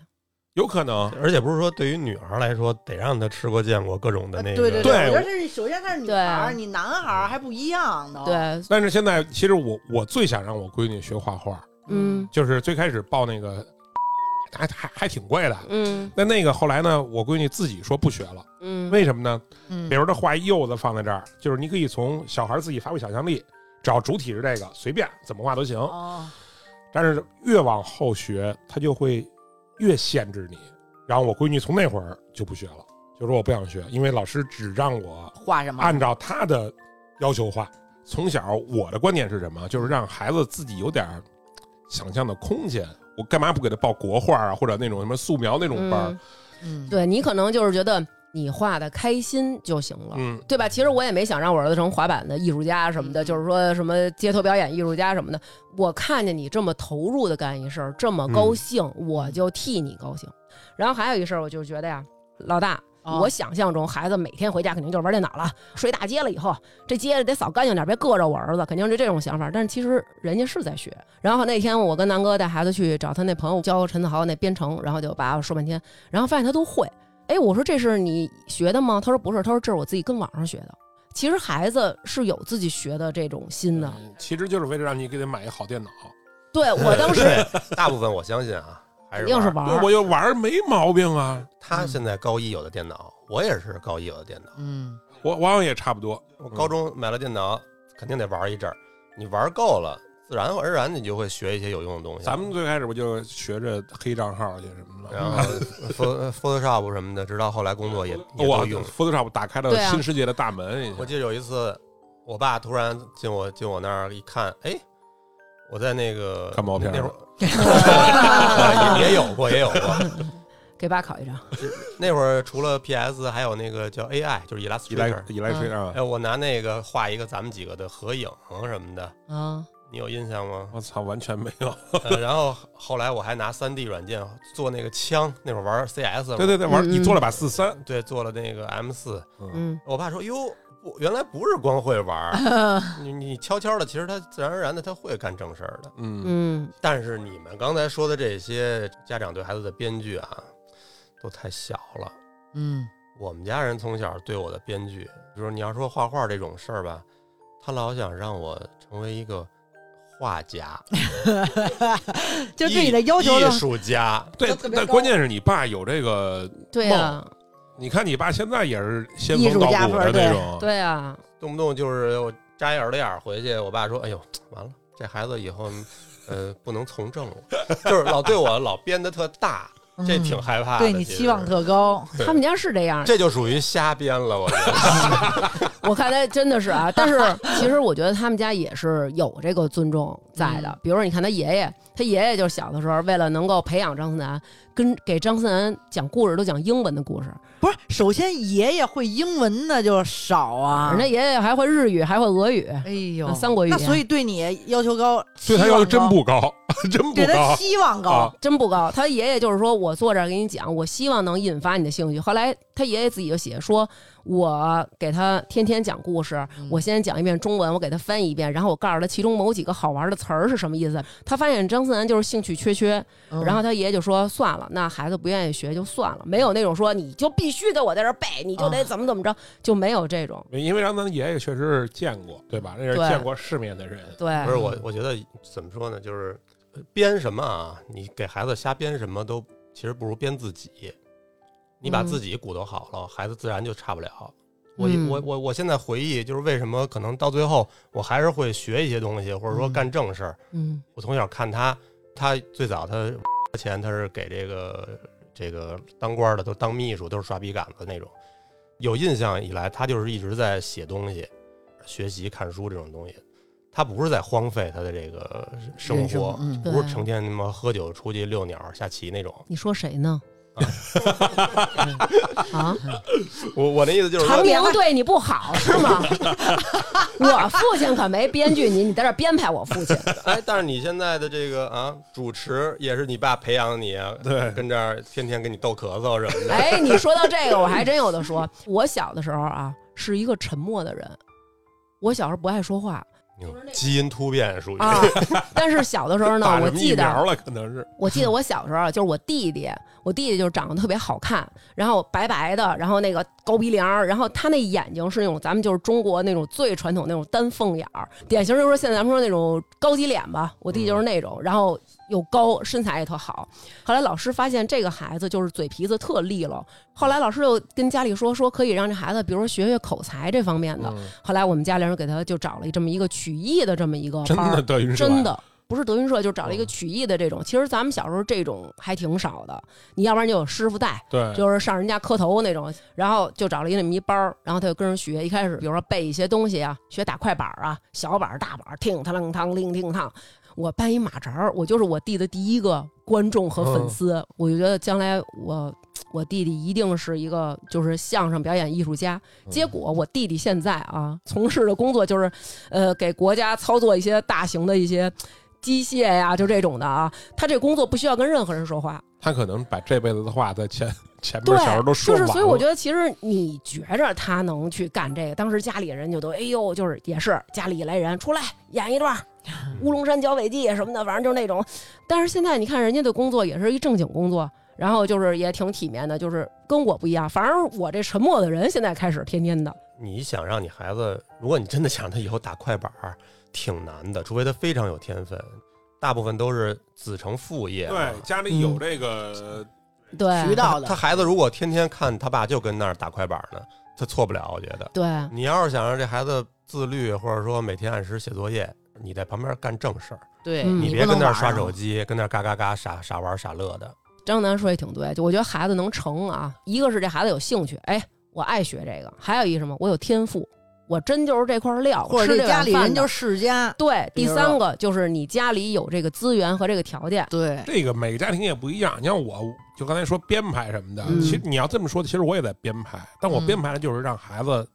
[SPEAKER 2] 有可能。
[SPEAKER 5] 而且不是说对于女儿来说，得让她吃过见过各种的那个。
[SPEAKER 1] 呃对对
[SPEAKER 2] 对
[SPEAKER 1] 我觉得这是首先她是女孩儿，
[SPEAKER 3] 对
[SPEAKER 1] 你男孩儿还不一样
[SPEAKER 2] 哦
[SPEAKER 1] 呢。，
[SPEAKER 3] 对，
[SPEAKER 2] 但是现在，其实我我最想让我闺女学画画，
[SPEAKER 3] 嗯
[SPEAKER 2] 就是最开始报那个，还还还挺贵的。
[SPEAKER 3] 嗯
[SPEAKER 2] 那那个后来呢，我闺女自己说不学了，
[SPEAKER 3] 嗯
[SPEAKER 2] 为什么呢？
[SPEAKER 1] 嗯
[SPEAKER 2] 比如她画一柚子放在这儿，就是你可以从小孩自己发挥想象力，只要主体是这个，随便怎么画都行。
[SPEAKER 1] 哦，
[SPEAKER 2] 但是越往后学，她就会越限制你。然后我闺女从那会儿就不学了，就说我不想学，因为老师只让我
[SPEAKER 1] 画什么？
[SPEAKER 2] 按照她的要求画。从小我的观点是什么？就是让孩子自己有点儿想象的空间。我干嘛不给他报国画啊，或者那种什么素描那种班儿？
[SPEAKER 3] 嗯，
[SPEAKER 1] 嗯，
[SPEAKER 3] 对你可能就是觉得你画的开心就行了。
[SPEAKER 2] 嗯，
[SPEAKER 3] 对吧？其实我也没想让我儿子成滑板的艺术家什么的，
[SPEAKER 1] 嗯
[SPEAKER 3] 就是说什么街头表演艺术家什么的。我看见你这么投入的干一事儿，这么高
[SPEAKER 2] 嗯
[SPEAKER 3] 兴，我就替你高兴。然后还有一事儿，我就觉得呀，老大，
[SPEAKER 1] 哦
[SPEAKER 3] 我想象中孩子每天回家肯定就是玩电脑了，睡大街了以后，这街得扫干净点，别硌着我儿子，肯定是这种想法。但是其实人家是在学。然后那天我跟南哥带孩子去找他那朋友教陈子豪那编程，然后就把我说半天，然后发现他都会。哎，我说这是你学的吗？他说不是，他说这是我自己跟网上学的。其实孩子是有自己学的这种心的。
[SPEAKER 2] 嗯其实就是为了让你给他买一个好电脑。
[SPEAKER 3] 对我当 时
[SPEAKER 5] 对， 大部分我相信啊，还
[SPEAKER 3] 肯
[SPEAKER 5] 是
[SPEAKER 3] 定是
[SPEAKER 5] 玩儿。
[SPEAKER 3] 玩儿，
[SPEAKER 2] 我就玩儿没毛病啊，
[SPEAKER 5] 他现在高一有的电脑，我也是高一有的电脑。
[SPEAKER 1] 嗯，
[SPEAKER 2] 我我好像也差不多。
[SPEAKER 5] 我高中买了电脑，肯定得玩一阵儿。你玩够了，自然而然你就会学一些有用的东西。
[SPEAKER 2] 咱们最开始不就学着黑账号去什么
[SPEAKER 5] 然
[SPEAKER 2] 了？
[SPEAKER 5] 后 Pho- 呃 Photoshop 什么的，直到后来工作也 也
[SPEAKER 2] 哇
[SPEAKER 5] 都啊用。
[SPEAKER 2] ，Photoshop 打开了
[SPEAKER 3] 对啊
[SPEAKER 2] 新世界的大门。
[SPEAKER 5] 我记得有一次，我爸突然进我进我那儿一看，哎，我在那个
[SPEAKER 2] 看毛片儿
[SPEAKER 5] 那会 儿也也有过，也有过。
[SPEAKER 3] 给爸考一张。
[SPEAKER 5] 那会儿除了 PS，还有那个叫 AI，就是
[SPEAKER 2] 以来
[SPEAKER 5] Illustrator。
[SPEAKER 2] 以来谁啊
[SPEAKER 5] 哎，？我拿那个画一个咱们几个的合影什么的，
[SPEAKER 3] 啊，
[SPEAKER 5] 你有印象吗？
[SPEAKER 2] 我操，完全没 有。
[SPEAKER 5] 呃然后后来我还拿3 D 软件做那个枪，那会儿玩 CS，
[SPEAKER 2] 对对对，玩
[SPEAKER 3] 嗯
[SPEAKER 2] 你做了把四三，
[SPEAKER 5] 对，做了那个 M 四。
[SPEAKER 3] 嗯，
[SPEAKER 5] 我爸说：“哟，不，原来不是光会玩儿，你你悄悄的，其实他自然而然的他会干正事儿的。
[SPEAKER 2] 嗯，
[SPEAKER 3] 嗯，
[SPEAKER 5] 但是你们刚才说的这些家长对孩子的编剧啊，都太小了。
[SPEAKER 1] 嗯，
[SPEAKER 5] 我们家人从小对我的编剧，就是你要说画画这种事儿吧，他老想让我成为一个画家、
[SPEAKER 1] 就是对你的要求
[SPEAKER 5] 艺
[SPEAKER 1] 就
[SPEAKER 5] 艺术家。
[SPEAKER 2] 对
[SPEAKER 1] 都特，别
[SPEAKER 2] 但
[SPEAKER 1] 高
[SPEAKER 2] 关键是你爸有这个，
[SPEAKER 3] 对啊呀，
[SPEAKER 2] 你看你爸现在也是仙
[SPEAKER 1] 艺
[SPEAKER 2] 风
[SPEAKER 1] 术
[SPEAKER 2] 道
[SPEAKER 1] 家
[SPEAKER 2] 骨
[SPEAKER 1] 范
[SPEAKER 2] 的
[SPEAKER 1] 儿对
[SPEAKER 2] 那种。
[SPEAKER 3] 对啊呀，
[SPEAKER 5] 动不动就是我扎一耳朵眼儿回去，我爸说：“哎呦，完了，这孩子以后呃，不能从政了， 就是老对我老编的特大，这挺害怕的。
[SPEAKER 1] 嗯对你
[SPEAKER 5] 其
[SPEAKER 1] 期望
[SPEAKER 5] 实
[SPEAKER 1] 特高，
[SPEAKER 5] 对
[SPEAKER 3] 他们家是这样的，
[SPEAKER 5] 这就属于瞎编了，我觉得。
[SPEAKER 3] 我看他真的是啊，但是其实我觉得他们家也是有这个尊重在的。
[SPEAKER 1] 嗯
[SPEAKER 3] 比如说，你看他爷爷，他爷爷就是小的时候为了能够培养张思南，跟给张思南讲故事都讲英文的故事，
[SPEAKER 1] 不是？首先爷爷会英文的就少啊，
[SPEAKER 3] 人家爷爷还会日语，还会俄语。
[SPEAKER 1] 哎呦
[SPEAKER 3] 那三国语
[SPEAKER 1] 那
[SPEAKER 3] 言
[SPEAKER 1] 所以对你要求高，
[SPEAKER 2] 对他要求
[SPEAKER 1] 期
[SPEAKER 2] 真
[SPEAKER 1] 望高，
[SPEAKER 2] 不高， 真不
[SPEAKER 1] 对他
[SPEAKER 2] 高
[SPEAKER 1] 期望
[SPEAKER 2] 啊
[SPEAKER 1] 高，！
[SPEAKER 3] 真不高，他爷爷就是说我坐这儿给你讲，我希望能引发你的兴趣。后来他爷爷自己就写说，我给他天天讲故事，
[SPEAKER 1] 嗯
[SPEAKER 3] 我先讲一遍中文，我给他翻译一遍，然后我告诉他其中某几个好玩的词儿是什么意思。他发现张思南就是兴趣缺缺，
[SPEAKER 1] 嗯
[SPEAKER 3] 然后他爷爷就说：“算了，那孩子不愿意学就算了，没有那种说你就必须得我在这儿背，你就得怎么怎么着，就没有这种。
[SPEAKER 2] 因为咱咱爷爷确实是见过，对吧？那是
[SPEAKER 3] 对
[SPEAKER 2] 见过世面的人。
[SPEAKER 3] 对，
[SPEAKER 5] 不是我，我觉得怎么说呢，就是呃编什么啊，你给孩子瞎编什么都，其实不如编自己。你把
[SPEAKER 3] 嗯
[SPEAKER 5] 自己鼓捣好了，孩子自然就差不了。我
[SPEAKER 3] 嗯
[SPEAKER 5] 我我我现在回忆，就是为什么可能到最后我还是会学一些东西，或者说
[SPEAKER 1] 嗯
[SPEAKER 5] 干正事儿。
[SPEAKER 3] 嗯
[SPEAKER 5] 我从小看他，他最早他前他是给这个这个当官儿的都当秘书，都是刷笔杆子那种。有印象以来，他就是一直在写东西、学习、看书这种东西。他不是在荒废他的这个生
[SPEAKER 1] 人生
[SPEAKER 5] 活，
[SPEAKER 1] 嗯
[SPEAKER 5] 不是成天他妈喝酒出去遛鸟、下棋那种。
[SPEAKER 3] 你说谁呢？啊，
[SPEAKER 5] 我我的意思就是
[SPEAKER 3] 长
[SPEAKER 5] 说，
[SPEAKER 3] 明对你不好是吗？ 我父亲可没编剧你，你在这儿编排我父亲。
[SPEAKER 5] 哎，但是你现在的这个啊，主持也是你爸培养你啊，
[SPEAKER 2] 对
[SPEAKER 5] 跟这儿天天给你逗咳嗽什么的。
[SPEAKER 3] 哎，你说到这个，我还真有的说。我小的时候啊，是一个沉默的人，我小时候不爱说话
[SPEAKER 5] 基因突变属于，
[SPEAKER 3] 啊，但是小的时候呢
[SPEAKER 2] 打，
[SPEAKER 3] 我
[SPEAKER 2] 什么
[SPEAKER 3] 记
[SPEAKER 2] 疫
[SPEAKER 3] 得
[SPEAKER 2] 苗了，可能是
[SPEAKER 3] 我 记得我小时候啊就是我弟弟，我弟弟就是长得特别好看，然后白白的，然后那个高鼻梁儿，然后他那眼睛是那种咱们就是中国那种最传统那种单凤眼儿，典型就是说现在咱们说那种高级脸吧，我弟
[SPEAKER 2] 嗯
[SPEAKER 3] 就是那种，然后又高，身材也特好。后来老师发现这个孩子就是嘴皮子特利落，后来老师又跟家里说说可以让这孩子，比如说学学口才这方面的。
[SPEAKER 2] 嗯
[SPEAKER 3] 后来我们家里人就给他就找了这么一个曲艺的这么一个
[SPEAKER 2] 真
[SPEAKER 3] 班儿
[SPEAKER 2] 的德云社，
[SPEAKER 3] 真的不是德云社，就找了一个曲艺的这种。其实咱们小时候这种还挺少的，你要不然就有师傅带，
[SPEAKER 2] 对，
[SPEAKER 3] 就是上人家磕头那种，然后就找了一那么一班儿，然后他就跟人学。一开始比如说背一些东西啊，学打快板儿啊，小板儿大板儿，听他啷当令听烫。我搬一马扎儿，我就是我弟的第一个观众和粉丝，我就觉得将来我我弟弟一定是一个就是相声表演艺术家。结果我弟弟现在啊，从事的工作就是，呃，给国家操作一些大型的一些机械呀，就这种的啊。他这工作不需要跟任何人说话，
[SPEAKER 2] 他可能把这辈子的话在前前
[SPEAKER 3] 对，
[SPEAKER 2] 面小时候都说
[SPEAKER 3] 就
[SPEAKER 2] 完
[SPEAKER 3] 是，
[SPEAKER 2] 了。
[SPEAKER 3] 所以我觉得其实你觉着他能去干这个，当时家里人就都哎呦，就是也是家里一来人出来演一段儿乌龙山剿匪记什么的，反正就是那种。但是现在你看人家的工作也是一正经工作。然后就是也挺体面的，就是跟我不一样。反而我这沉默的人，现在开始天天的，
[SPEAKER 5] 你想让你孩子，如果你真的想他以后打快板儿，挺难的，除非他非常有天分。大部分都是子承父业。
[SPEAKER 2] 对，家
[SPEAKER 3] 嗯
[SPEAKER 2] 里有这个，
[SPEAKER 3] 对，
[SPEAKER 1] 渠道
[SPEAKER 5] 他
[SPEAKER 1] 的，
[SPEAKER 5] 孩子如果天天看他爸就跟那儿打快板儿呢，他错不了。我觉得，
[SPEAKER 3] 对，
[SPEAKER 5] 你要是想让这孩子自律，或者说每天按时写作业，你在旁边干正事儿，
[SPEAKER 1] 对
[SPEAKER 3] 嗯
[SPEAKER 5] 别
[SPEAKER 1] 不能
[SPEAKER 5] 跟那儿
[SPEAKER 1] 玩
[SPEAKER 5] 刷
[SPEAKER 1] 啊
[SPEAKER 5] 手机，跟那儿嘎嘎嘎傻傻玩傻乐的。
[SPEAKER 3] 张楠说也挺对，就我觉得孩子能成啊，一个是这孩子有兴趣，哎，我爱学这个；还有一什么，我有天赋，我真就是这块料，
[SPEAKER 1] 或者
[SPEAKER 3] 吃
[SPEAKER 1] 这
[SPEAKER 3] 这。
[SPEAKER 1] 家里人就是世家，
[SPEAKER 3] 对，
[SPEAKER 1] 比
[SPEAKER 3] 第
[SPEAKER 1] 如说
[SPEAKER 3] 三个就是你家里有这个资源和这个条件，
[SPEAKER 1] 对，
[SPEAKER 2] 这个每个家庭也不一样。你像我，就刚才说编排什么的，
[SPEAKER 3] 嗯
[SPEAKER 2] 其实你要这么说，其实我也在编排，但我
[SPEAKER 1] 嗯
[SPEAKER 2] 编排的就是让孩子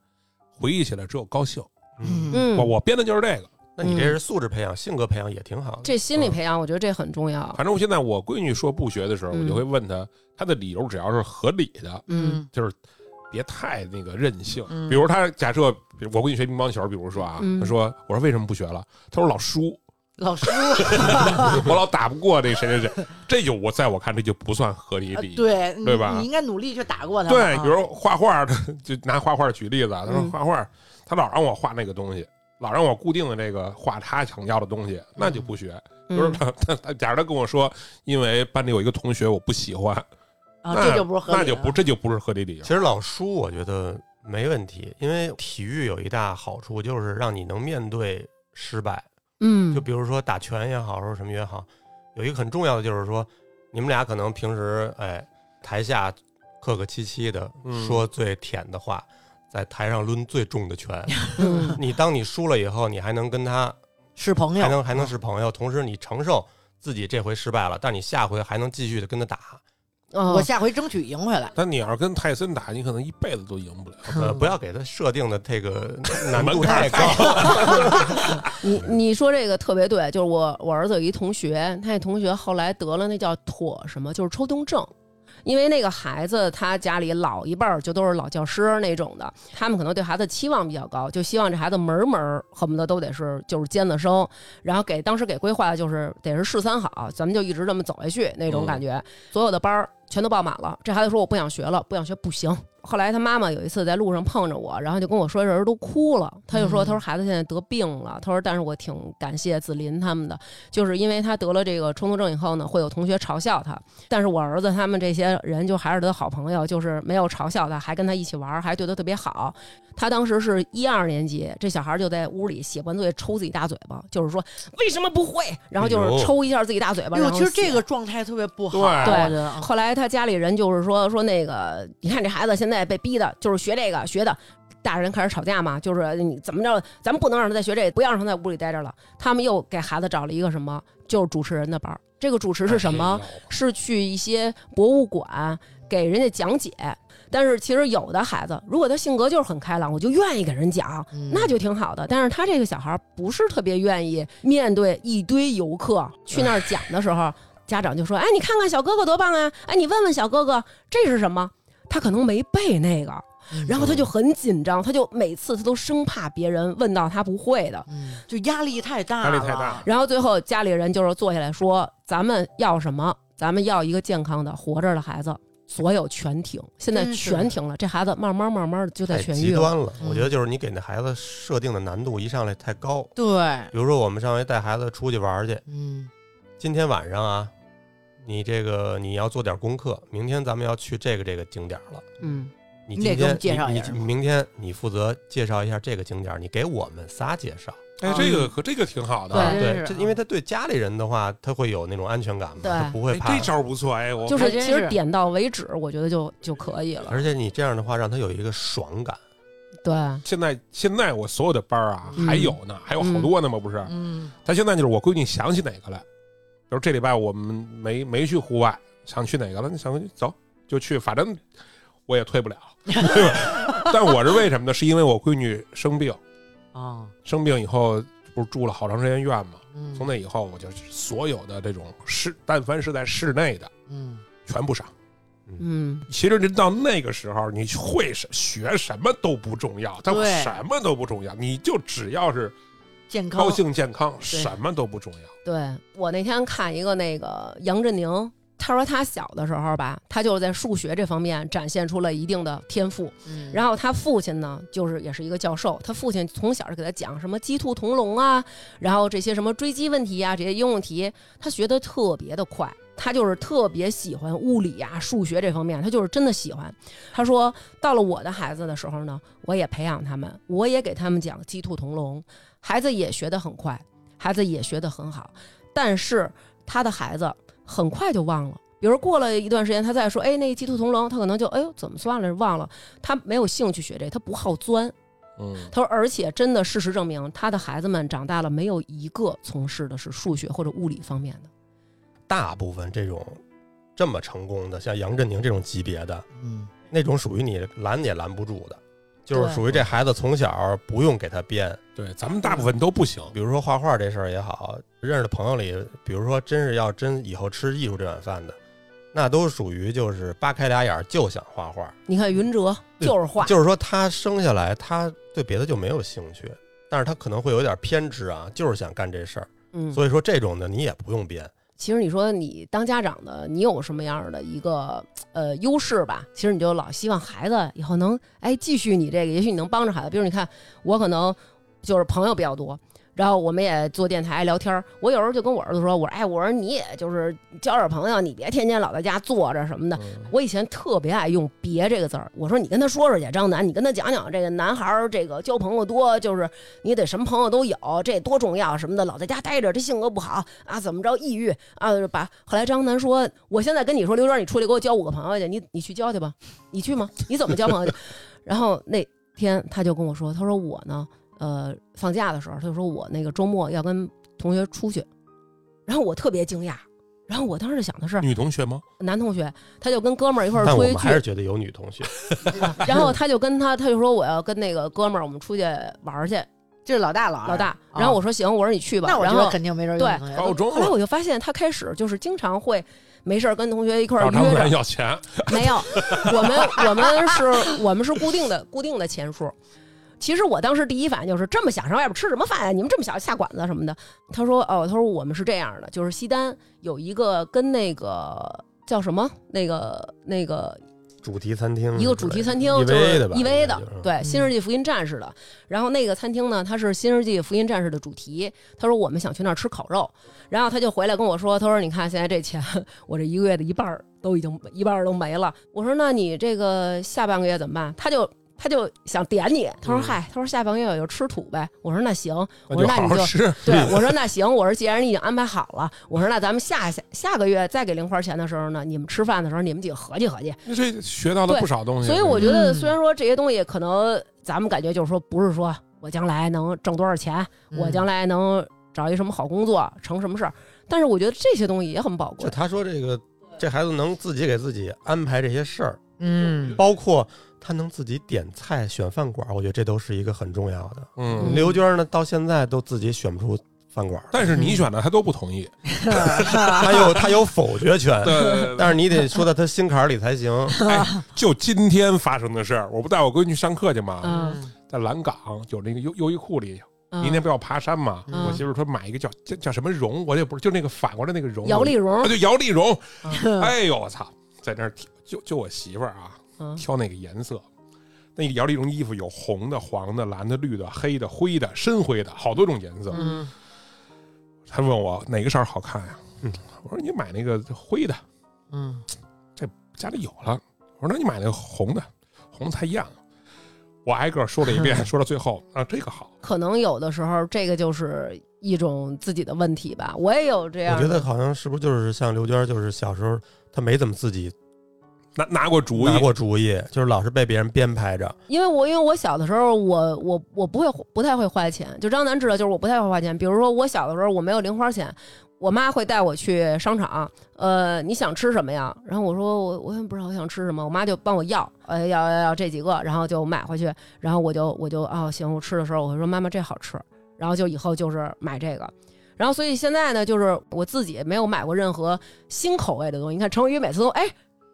[SPEAKER 2] 回忆起来只有高兴。
[SPEAKER 1] 嗯
[SPEAKER 3] 嗯
[SPEAKER 2] 我，我编的就是这个。
[SPEAKER 5] 那你这是素质培养，性格培养也挺好的。
[SPEAKER 3] 这心理培养，我觉得这很重要。
[SPEAKER 2] 反正我现在我闺女说不学的时候，
[SPEAKER 3] 嗯
[SPEAKER 2] 我就会问她，她的理由只要是合理的，
[SPEAKER 3] 嗯
[SPEAKER 2] 就是别太那个任性。
[SPEAKER 1] 嗯
[SPEAKER 2] 比如她假设，比如我闺女学乒乓球，比如说啊，
[SPEAKER 3] 嗯
[SPEAKER 2] 她说我说为什么不学了？她说老输，
[SPEAKER 1] 老师，
[SPEAKER 2] 我老打不过那谁谁谁，这就我在我看这就不算合理
[SPEAKER 1] 啊
[SPEAKER 2] 理由。
[SPEAKER 1] 对
[SPEAKER 2] 对
[SPEAKER 1] 你
[SPEAKER 2] 吧
[SPEAKER 1] 你应该努力去打
[SPEAKER 3] 嗯
[SPEAKER 1] 过他们
[SPEAKER 2] 对，
[SPEAKER 1] 啊。
[SPEAKER 2] 比如画画，他就拿画画举例子啊，他说
[SPEAKER 3] 嗯
[SPEAKER 2] 画画，他老让我画那个东西，老让我固定的这个画他想要的东西，那就不学。就是
[SPEAKER 3] 嗯，
[SPEAKER 2] 他他他，假如他跟我说，因为班里有一个同学我不喜欢，
[SPEAKER 1] 啊，
[SPEAKER 2] 那
[SPEAKER 1] 这就不是合理
[SPEAKER 2] 那
[SPEAKER 1] 的，
[SPEAKER 2] 就不这就不是合理理由
[SPEAKER 5] 其。实老输我觉得没问题，因为体育有一大好处就是让你能面对失败，
[SPEAKER 3] 嗯，
[SPEAKER 5] 就比如说打拳也好，或者什么也好，有一个很重要的就是说，你们俩可能平时哎台下客客气气的
[SPEAKER 2] 嗯
[SPEAKER 5] 说最舔的话，在台上抡最重的拳。
[SPEAKER 3] 嗯
[SPEAKER 5] 你当你输了以后，你还能跟他
[SPEAKER 1] 是朋
[SPEAKER 5] 还
[SPEAKER 1] 友，嗯
[SPEAKER 5] 能还能是朋友，同时你承受自己这回失败了，但你下回还能继续的跟 他打。
[SPEAKER 3] 哦
[SPEAKER 1] 我下回争取赢回来。
[SPEAKER 2] 但你要是跟泰森打，你可能一辈子都赢不了。
[SPEAKER 5] 呃，
[SPEAKER 3] 嗯
[SPEAKER 5] 不要给他设定的这个难度
[SPEAKER 2] 门槛
[SPEAKER 5] 太
[SPEAKER 2] 儿
[SPEAKER 5] 高。
[SPEAKER 3] 你你说这个特别对，就是我我儿子有一同学，他那同学后来得了那叫妥什么，就是抽动症。因为那个孩子，他家里老一辈儿就都是老教师那种的，他们可能对孩子期望比较高，就希望这孩子门儿门儿恨不得都得是就是尖子生，然后给当时给规划的就是得是市三好，咱们就一直这么走下去那种感觉，所有的班儿全都报满了。这孩子说我不想学了，不想学不行。后来他妈妈有一次在路上碰着我，然后就跟我说人都哭了，他就说
[SPEAKER 1] 嗯
[SPEAKER 3] 他说孩子现在得病了，他说但是我挺感谢子林他们的，就是因为他得了这个冲突症以后呢，会有同学嘲笑他，但是我儿子他们这些人就还是他的好朋友，就是没有嘲笑他，还跟他一起玩儿，还对他特别好。他当时是一二年级，这小孩就在屋里写完作业抽自己大嘴巴，就是说为什么不会，然后就
[SPEAKER 5] 哎呦
[SPEAKER 3] 是抽一下自己大嘴巴。
[SPEAKER 1] 哎呦，
[SPEAKER 3] 然后
[SPEAKER 1] 其实这
[SPEAKER 3] 写
[SPEAKER 1] 个状态特别不好，
[SPEAKER 2] 对
[SPEAKER 1] 我觉得啊
[SPEAKER 3] 后来他家里人就是说说那个，你看这孩子现在被逼的，就是学这个学的。大人开始吵架嘛，就是你怎么着，咱们不能让他再学这个，不要让他在屋里待着了。他们又给孩子找了一个什么，就是主持人的班儿。这个主持是什么？嗯是去一些博物馆给人家讲解。但是其实有的孩子，如果他性格就是很开朗，我就愿意给人讲，
[SPEAKER 1] 嗯
[SPEAKER 3] 那就挺好的。但是他这个小孩不是特别愿意面对一堆游客去那儿讲的时候，家长就说：“哎，你看看小哥哥多棒啊！哎，你问问小哥哥这是什么？”他可能没背那个，
[SPEAKER 1] 嗯
[SPEAKER 3] 然后他就很紧张，他就每次他都生怕别人问到他不会的，
[SPEAKER 1] 嗯就压力太大
[SPEAKER 2] 压
[SPEAKER 1] 了，
[SPEAKER 2] 力太大
[SPEAKER 3] 然后最后家里人就是坐下来说：“咱们要什么？咱们要一个健康的、活着的孩子。”所有全停，现在
[SPEAKER 1] 真是
[SPEAKER 3] 全停了。这孩子慢慢慢慢地就在
[SPEAKER 5] 太
[SPEAKER 3] 痊
[SPEAKER 5] 极
[SPEAKER 3] 愈了。
[SPEAKER 5] 端了，
[SPEAKER 1] 嗯
[SPEAKER 5] 我觉得就是你给那孩子设定的难度一上来太高。
[SPEAKER 1] 对，
[SPEAKER 5] 比如说我们上回带孩子出去玩儿去，
[SPEAKER 1] 嗯
[SPEAKER 5] 今天晚上啊，你这个你要做点功课，明天咱们要去这个这个景点儿了。
[SPEAKER 3] 嗯，
[SPEAKER 5] 你
[SPEAKER 1] 你得
[SPEAKER 5] 今
[SPEAKER 1] 给我
[SPEAKER 5] 天
[SPEAKER 1] 们介绍一
[SPEAKER 5] 你
[SPEAKER 1] 下
[SPEAKER 5] 你你明天你负责介绍一下这个景点儿，你给我们仨介绍。
[SPEAKER 2] 哎，这个可这个挺好的啊。
[SPEAKER 3] 嗯对
[SPEAKER 1] 真
[SPEAKER 5] 对，
[SPEAKER 1] 是
[SPEAKER 5] 这
[SPEAKER 1] 啊
[SPEAKER 5] 因为他对家里人的话，他会有那种安全感嘛，
[SPEAKER 3] 对
[SPEAKER 5] 他不会
[SPEAKER 2] 哎，
[SPEAKER 5] 怕
[SPEAKER 2] 这。招不错
[SPEAKER 5] 哦
[SPEAKER 2] 哎，我
[SPEAKER 3] 就是
[SPEAKER 1] 还
[SPEAKER 3] 其
[SPEAKER 1] 真
[SPEAKER 3] 实
[SPEAKER 1] 是
[SPEAKER 3] 点到为止，我觉得就就可以了。
[SPEAKER 5] 而且你这样的话，让他有一个爽感。
[SPEAKER 3] 对，
[SPEAKER 2] 现在现在我所有的班儿啊，
[SPEAKER 3] 嗯
[SPEAKER 2] 还有呢，还有好多呢嘛，不是？
[SPEAKER 1] 嗯
[SPEAKER 2] 他现在就是我闺女想起哪个来，比如这礼拜我们没没去户外，想去哪个了，那想去走就去，反正我也退不了， 对吧？但我是为什么呢？是因为我闺女生病，
[SPEAKER 1] 啊，
[SPEAKER 2] 生病以后不是住了好长时间院吗？
[SPEAKER 1] 嗯
[SPEAKER 2] 从那以后，我就所有的这种室，但凡是在室内的，
[SPEAKER 1] 嗯
[SPEAKER 2] 全不上。
[SPEAKER 3] 嗯，
[SPEAKER 2] 其实人到那个时候，你会什学什么都不重要，它
[SPEAKER 1] 对
[SPEAKER 2] 什么都不重要，你就只要是
[SPEAKER 1] 健康
[SPEAKER 2] 高兴健康，什么都不重要。
[SPEAKER 3] 对我那天看一个那个杨振宁，他说他小的时候吧，他就是在数学这方面展现出了一定的天赋。
[SPEAKER 1] 嗯
[SPEAKER 3] 然后他父亲呢，就是也是一个教授，他父亲从小就给他讲什么鸡兔同笼啊，然后这些什么追击问题呀、这些应用题，他学的特别的快。他就是特别喜欢物理啊、数学这方面，他就是真的喜欢。他说，到了我的孩子的时候呢，我也培养他们，我也给他们讲鸡兔同笼，孩子也学得很快，孩子也学得很好，但是他的孩子很快就忘了。比如过了一段时间，他再说，哎，那个鸡兔同笼，他可能就，哎呦，怎么算了，忘了。他没有兴趣学这，他不好钻。
[SPEAKER 2] 嗯，
[SPEAKER 3] 他说，而且真的，事实证明，他的孩子们长大了，没有一个从事的是数学或者物理方面的。
[SPEAKER 5] 大部分这种这么成功的，像杨振宁这种级别的，
[SPEAKER 1] 嗯
[SPEAKER 5] 那种属于你拦也拦不住的，就是
[SPEAKER 3] 对
[SPEAKER 5] 属于这孩子从小不用给他编。
[SPEAKER 2] 对，咱们大部分都不行。
[SPEAKER 5] 比如说画画这事儿也好，认识的朋友里，比如说真是要真以后吃艺术这碗饭的，那都属于就是扒开俩眼儿就想画画。
[SPEAKER 3] 你看云哲
[SPEAKER 5] 对
[SPEAKER 3] 就是画，
[SPEAKER 5] 嗯就是说他生下来他对别的就没有兴趣，但是他可能会有点偏执啊，就是想干这事儿。
[SPEAKER 3] 嗯，
[SPEAKER 5] 所以说这种的你也不用编，
[SPEAKER 3] 其实你说你当家长的，你有什么样的一个呃优势吧？其实你就老希望孩子以后能哎继续你这个，也许你能帮着孩子。比如你看我可能就是朋友比较多，然后我们也做电台聊天儿，我有时候就跟我儿子说，我说哎，我说你也就是交点朋友，你别天天老在家坐着什么的。
[SPEAKER 2] 嗯
[SPEAKER 3] 我以前特别爱用“别”这个字儿，我说你跟他说说去，张楠，你跟他讲讲这个男孩儿这个交朋友多，就是你得什么朋友都有，这多重要什么的，老在家待着这性格不好啊，怎么着抑郁啊，把后来张楠说，我现在跟你说，刘娟，你出来给我交五个朋友去，你你去交去吧，你去吗？你怎么交朋友去？ 然后那天他就跟我说，他说我呢，呃，放假的时候，他就说我那个周末要跟同学出去，然后我特别惊讶，然后我当时想的是。
[SPEAKER 2] 女同学吗？
[SPEAKER 3] 男同学，他就跟哥们儿一块儿
[SPEAKER 5] 但
[SPEAKER 3] 出
[SPEAKER 5] 我
[SPEAKER 3] 去
[SPEAKER 5] 们还
[SPEAKER 3] 聚
[SPEAKER 5] 是，觉得有女同学，
[SPEAKER 3] 然后他就跟他，他就说我要跟那个哥们儿我们出去玩儿去，
[SPEAKER 1] 这是老大老二
[SPEAKER 3] 老大。
[SPEAKER 1] 啊
[SPEAKER 3] 然后我说行，我说你去吧。
[SPEAKER 1] 那我
[SPEAKER 3] 然
[SPEAKER 1] 觉得
[SPEAKER 3] 后
[SPEAKER 1] 肯定没准儿有
[SPEAKER 3] 对
[SPEAKER 1] 女同学
[SPEAKER 2] 高中
[SPEAKER 3] 后来
[SPEAKER 2] 了，
[SPEAKER 3] 我就发现他开始就是经常会没事儿跟同学一块儿
[SPEAKER 2] 找张
[SPEAKER 3] 约
[SPEAKER 2] 楠
[SPEAKER 3] 着，
[SPEAKER 2] 要钱，
[SPEAKER 3] 没有，我们我们是我们是固定的固定的钱数。其实我当时第一反应就是这么想上外边吃什么饭呀、你们这么小下馆子什么的。他说哦，他说我们是这样的，就是西单有一个跟那个叫什么那个那个
[SPEAKER 5] 主题餐厅
[SPEAKER 3] 一个主题餐厅，就
[SPEAKER 5] 之类
[SPEAKER 3] 是
[SPEAKER 5] 的 EVA 的吧
[SPEAKER 3] EVA 的
[SPEAKER 5] 应该就是，
[SPEAKER 3] 对，《新世纪福音战士》的。然后那个餐厅呢，它是《新世纪福音战士》的主题。他说我们想去那儿吃烤肉，然后他就回来跟我说，他说你看现在这钱， 我这一个月的一半儿都已经一半儿都没了。我说那你这个下半个月怎么办？他就。他就想点你，他说
[SPEAKER 2] 嗯
[SPEAKER 3] 嗨，他说下半个月我就吃土呗。我说那行，我说
[SPEAKER 2] 就
[SPEAKER 3] 那
[SPEAKER 2] 好
[SPEAKER 3] 你
[SPEAKER 2] 好
[SPEAKER 3] 就
[SPEAKER 2] 吃。
[SPEAKER 3] 对，我说那行，我说既然你已经安排好了，我说那咱们下下下个月再给零花钱的时候呢，你们吃饭的时候你们几个合计合计，
[SPEAKER 2] 那这学到了不少东西。
[SPEAKER 3] 所以我觉得，
[SPEAKER 1] 嗯
[SPEAKER 3] 虽然说这些东西可能咱们感觉就是说，不是说我将来能挣多少钱，
[SPEAKER 1] 嗯
[SPEAKER 3] 我将来能找一什么好工作，成什么事儿，但是我觉得这些东西也很宝
[SPEAKER 5] 就
[SPEAKER 3] 贵。
[SPEAKER 5] 他说这个，这孩子能自己给自己安排这些事儿，
[SPEAKER 1] 嗯
[SPEAKER 5] 包括他能自己点菜、选饭馆，我觉得这都是一个很重要的。
[SPEAKER 2] 嗯，
[SPEAKER 5] 刘娟呢，到现在都自己选不出饭 馆，
[SPEAKER 2] 但是你选的他都不同意。
[SPEAKER 5] 他有他有否决权，
[SPEAKER 2] 对对对对
[SPEAKER 5] 但是你得说到他心坎儿里 才行。
[SPEAKER 2] 就今天发生的事儿，我不带我闺女上课去吗？
[SPEAKER 3] 嗯，
[SPEAKER 2] 在蓝港有那个优优衣库里，
[SPEAKER 3] 嗯
[SPEAKER 2] 明天不要爬山吗？
[SPEAKER 3] 嗯
[SPEAKER 2] 我媳妇说买一个叫叫叫什么绒，我也不是，就那个反过来那个绒，
[SPEAKER 3] 姚丽
[SPEAKER 2] 啊，
[SPEAKER 3] 蓉，
[SPEAKER 2] 对，摇粒绒。
[SPEAKER 1] 嗯
[SPEAKER 2] 哎呦我操，在那儿挑就就我媳妇儿啊，
[SPEAKER 3] 嗯
[SPEAKER 2] 挑那个颜色。那个摇粒绒衣服有红的、黄的、蓝的、绿的、黑的、灰的、深灰的，好多种颜色。
[SPEAKER 1] 嗯
[SPEAKER 2] 她问我哪个色儿好看呀、
[SPEAKER 5] 嗯
[SPEAKER 2] 我说你买那个灰的，
[SPEAKER 1] 嗯
[SPEAKER 2] 家里有了。我说那你买那个红的，红的太艳了。我挨个说了一 遍，说到最后啊，这个好。
[SPEAKER 3] 可能有的时候这个就是一种自己的问题吧。我也有这
[SPEAKER 5] 我
[SPEAKER 2] 啊
[SPEAKER 3] 样
[SPEAKER 5] 觉
[SPEAKER 3] 的，
[SPEAKER 5] 得好像是不是就是像刘娟，就是小时候她没怎么自己
[SPEAKER 2] 拿拿过主意，
[SPEAKER 5] 拿过主
[SPEAKER 2] 嗯
[SPEAKER 5] 意，就是老是被别人编排着。
[SPEAKER 3] 因为我因为我小的时候，我我我不会不太会花钱，就张楠知道，就是我不太会花钱。比如说我小的时候，我没有零花钱，我妈会带我去商场，呃，你想吃什么呀？然后我说我我也不知道我想吃什么，我妈就帮我要，呃，要要要这几个，然后就买回去，然后我就我就哦行，我吃的时候我会说妈妈这好吃，然后就以后就是买这个。然后，所以现在呢，就是我自己没有买过任何新口味的东西。你看，程宇每次都哎，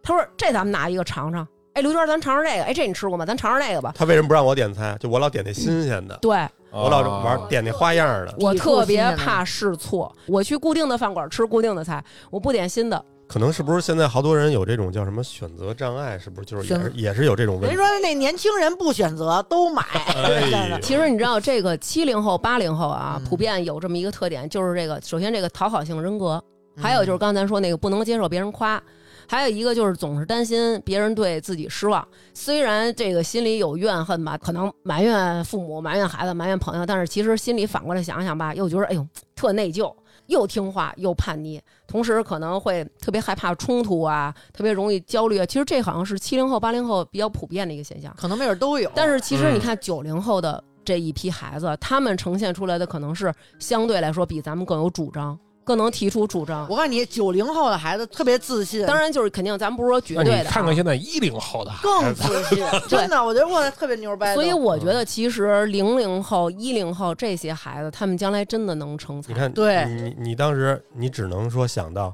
[SPEAKER 3] 他说这咱们拿一个尝尝，哎，刘娟，咱尝尝这个，哎，这你吃过吗？咱尝尝这个吧。
[SPEAKER 5] 他为什么不让我点菜？就我老点那新鲜
[SPEAKER 2] 嗯
[SPEAKER 5] 的，
[SPEAKER 3] 对
[SPEAKER 2] 啊
[SPEAKER 5] 我老
[SPEAKER 2] 哦
[SPEAKER 5] 玩点那花样儿的。
[SPEAKER 3] 我
[SPEAKER 1] 抵触
[SPEAKER 3] 特别
[SPEAKER 1] 新的呢
[SPEAKER 3] 怕试错，我去固定的饭馆吃固定的菜，我不点新的。
[SPEAKER 5] 可能是不是现在好多人有这种叫什么选择障碍？是不是就是也是也是有这种问
[SPEAKER 1] 人
[SPEAKER 5] 题
[SPEAKER 1] 说？那年轻人不选择都买，
[SPEAKER 5] 哎呦
[SPEAKER 3] 其实你知道，这个七零后、八零后啊，
[SPEAKER 1] 嗯
[SPEAKER 3] 普遍有这么一个特点，就是这个首先这个讨好性人格，
[SPEAKER 1] 嗯
[SPEAKER 3] 还有就是刚才说那个不能接受别人夸，还有一个就是总是担心别人对自己失望。虽然这个心里有怨恨吧，可能埋怨父母、埋怨孩子、埋怨朋友，但是其实心里反过来想想吧，又觉得哎呦特内疚，又听话又叛逆，同时可能会特别害怕冲突啊，特别容易焦虑啊。其实这好像是七零后、八零后比较普遍的一个现象。
[SPEAKER 1] 可能没准儿都有，
[SPEAKER 3] 但是其实
[SPEAKER 2] 嗯
[SPEAKER 3] 你看九零后的这一批孩子，他们呈现出来的可能是相对来说比咱们更有主张，更能提出主张。
[SPEAKER 1] 我告诉你，九零后的孩子特别自信，
[SPEAKER 3] 当然就是肯定，咱不是说绝
[SPEAKER 2] 那
[SPEAKER 3] 对
[SPEAKER 2] 你
[SPEAKER 3] 的啊、
[SPEAKER 2] 看看现在一零后的孩
[SPEAKER 1] 更
[SPEAKER 2] 子，
[SPEAKER 1] 自信， 真的，我觉得我特别牛掰的。
[SPEAKER 3] 所以我觉得，其实零零后、一零后这些孩子，他们将来真的能成才。
[SPEAKER 5] 你看，
[SPEAKER 1] 对
[SPEAKER 5] 你你当时你只能说想到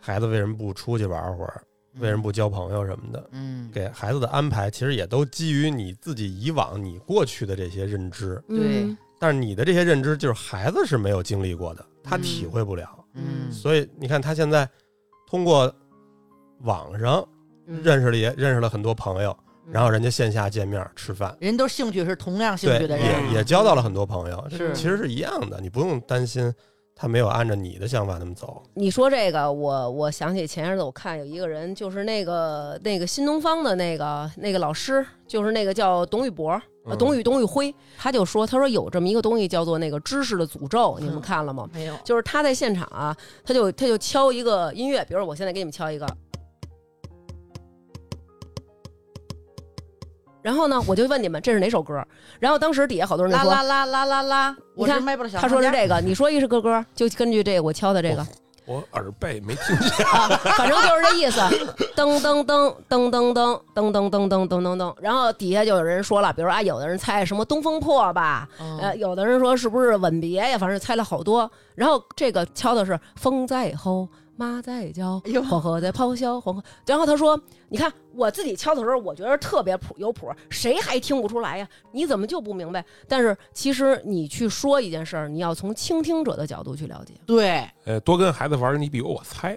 [SPEAKER 5] 孩子为什么不出去玩会儿， 为什么不交朋友什么的。
[SPEAKER 1] 嗯，
[SPEAKER 5] 给孩子的安排其实也都基于你自己以往你过去的这些认知，
[SPEAKER 3] 嗯，
[SPEAKER 5] 但是你的这些认知就是孩子是没有经历过的，他
[SPEAKER 1] 嗯
[SPEAKER 5] 体会不了。
[SPEAKER 1] 嗯
[SPEAKER 5] 所以你看，他现在通过网上
[SPEAKER 3] 嗯
[SPEAKER 1] 嗯
[SPEAKER 5] 认识了也认识了很多朋友，然后人家线下见面吃饭，
[SPEAKER 1] 人都兴趣是同样兴
[SPEAKER 5] 对，
[SPEAKER 1] 趣的人，
[SPEAKER 5] 也也交到了很多朋友，这
[SPEAKER 1] 是
[SPEAKER 5] 其实是一样的，你不用担心他没有按照你的想法那么走。
[SPEAKER 3] 你说这个，我我想起前日子我看有一个人，就是那个那个新东方的那个那个老师，就是那个叫董宇博，呃
[SPEAKER 2] 嗯
[SPEAKER 3] 董宇董宇辉，他就说，他说有这么一个东西叫做那个知识的诅咒，你们
[SPEAKER 1] 嗯
[SPEAKER 3] 看了吗？
[SPEAKER 1] 没有，
[SPEAKER 3] 就是他在现场啊，他就他就敲一个音乐，比如我现在给你们敲一个，然后呢，我就问你们这是哪首歌？然后当时底下好多人就
[SPEAKER 1] 啦
[SPEAKER 3] 说，
[SPEAKER 1] 啦啦啦啦啦，我
[SPEAKER 3] 你
[SPEAKER 1] 是
[SPEAKER 3] 看
[SPEAKER 1] 迈不了小
[SPEAKER 3] 他说是
[SPEAKER 1] 长江
[SPEAKER 3] 这个，你说一是个歌，就根据这个我敲的这个，
[SPEAKER 2] 我耳背没听见，
[SPEAKER 3] 啊，反正就是这意思，噔噔噔噔噔噔噔噔噔噔噔噔噔，然后底下就有人说了，比如说啊，有的人猜什么东风破吧，呃，
[SPEAKER 1] 嗯
[SPEAKER 3] 有的人说是不是吻别呀，反正猜了好多。然后这个敲的是风在吼，妈在叫
[SPEAKER 1] 哎呦，
[SPEAKER 3] 黄河在咆哮，黄河。然后他说，你看我自己敲的时候，我觉得特别谱有谱，谁还听不出来呀？你怎么就不明白？但是其实你去说一件事儿，你要从倾听者的角度去了解。
[SPEAKER 1] 对，
[SPEAKER 2] 呃，多跟孩子玩，你比我猜。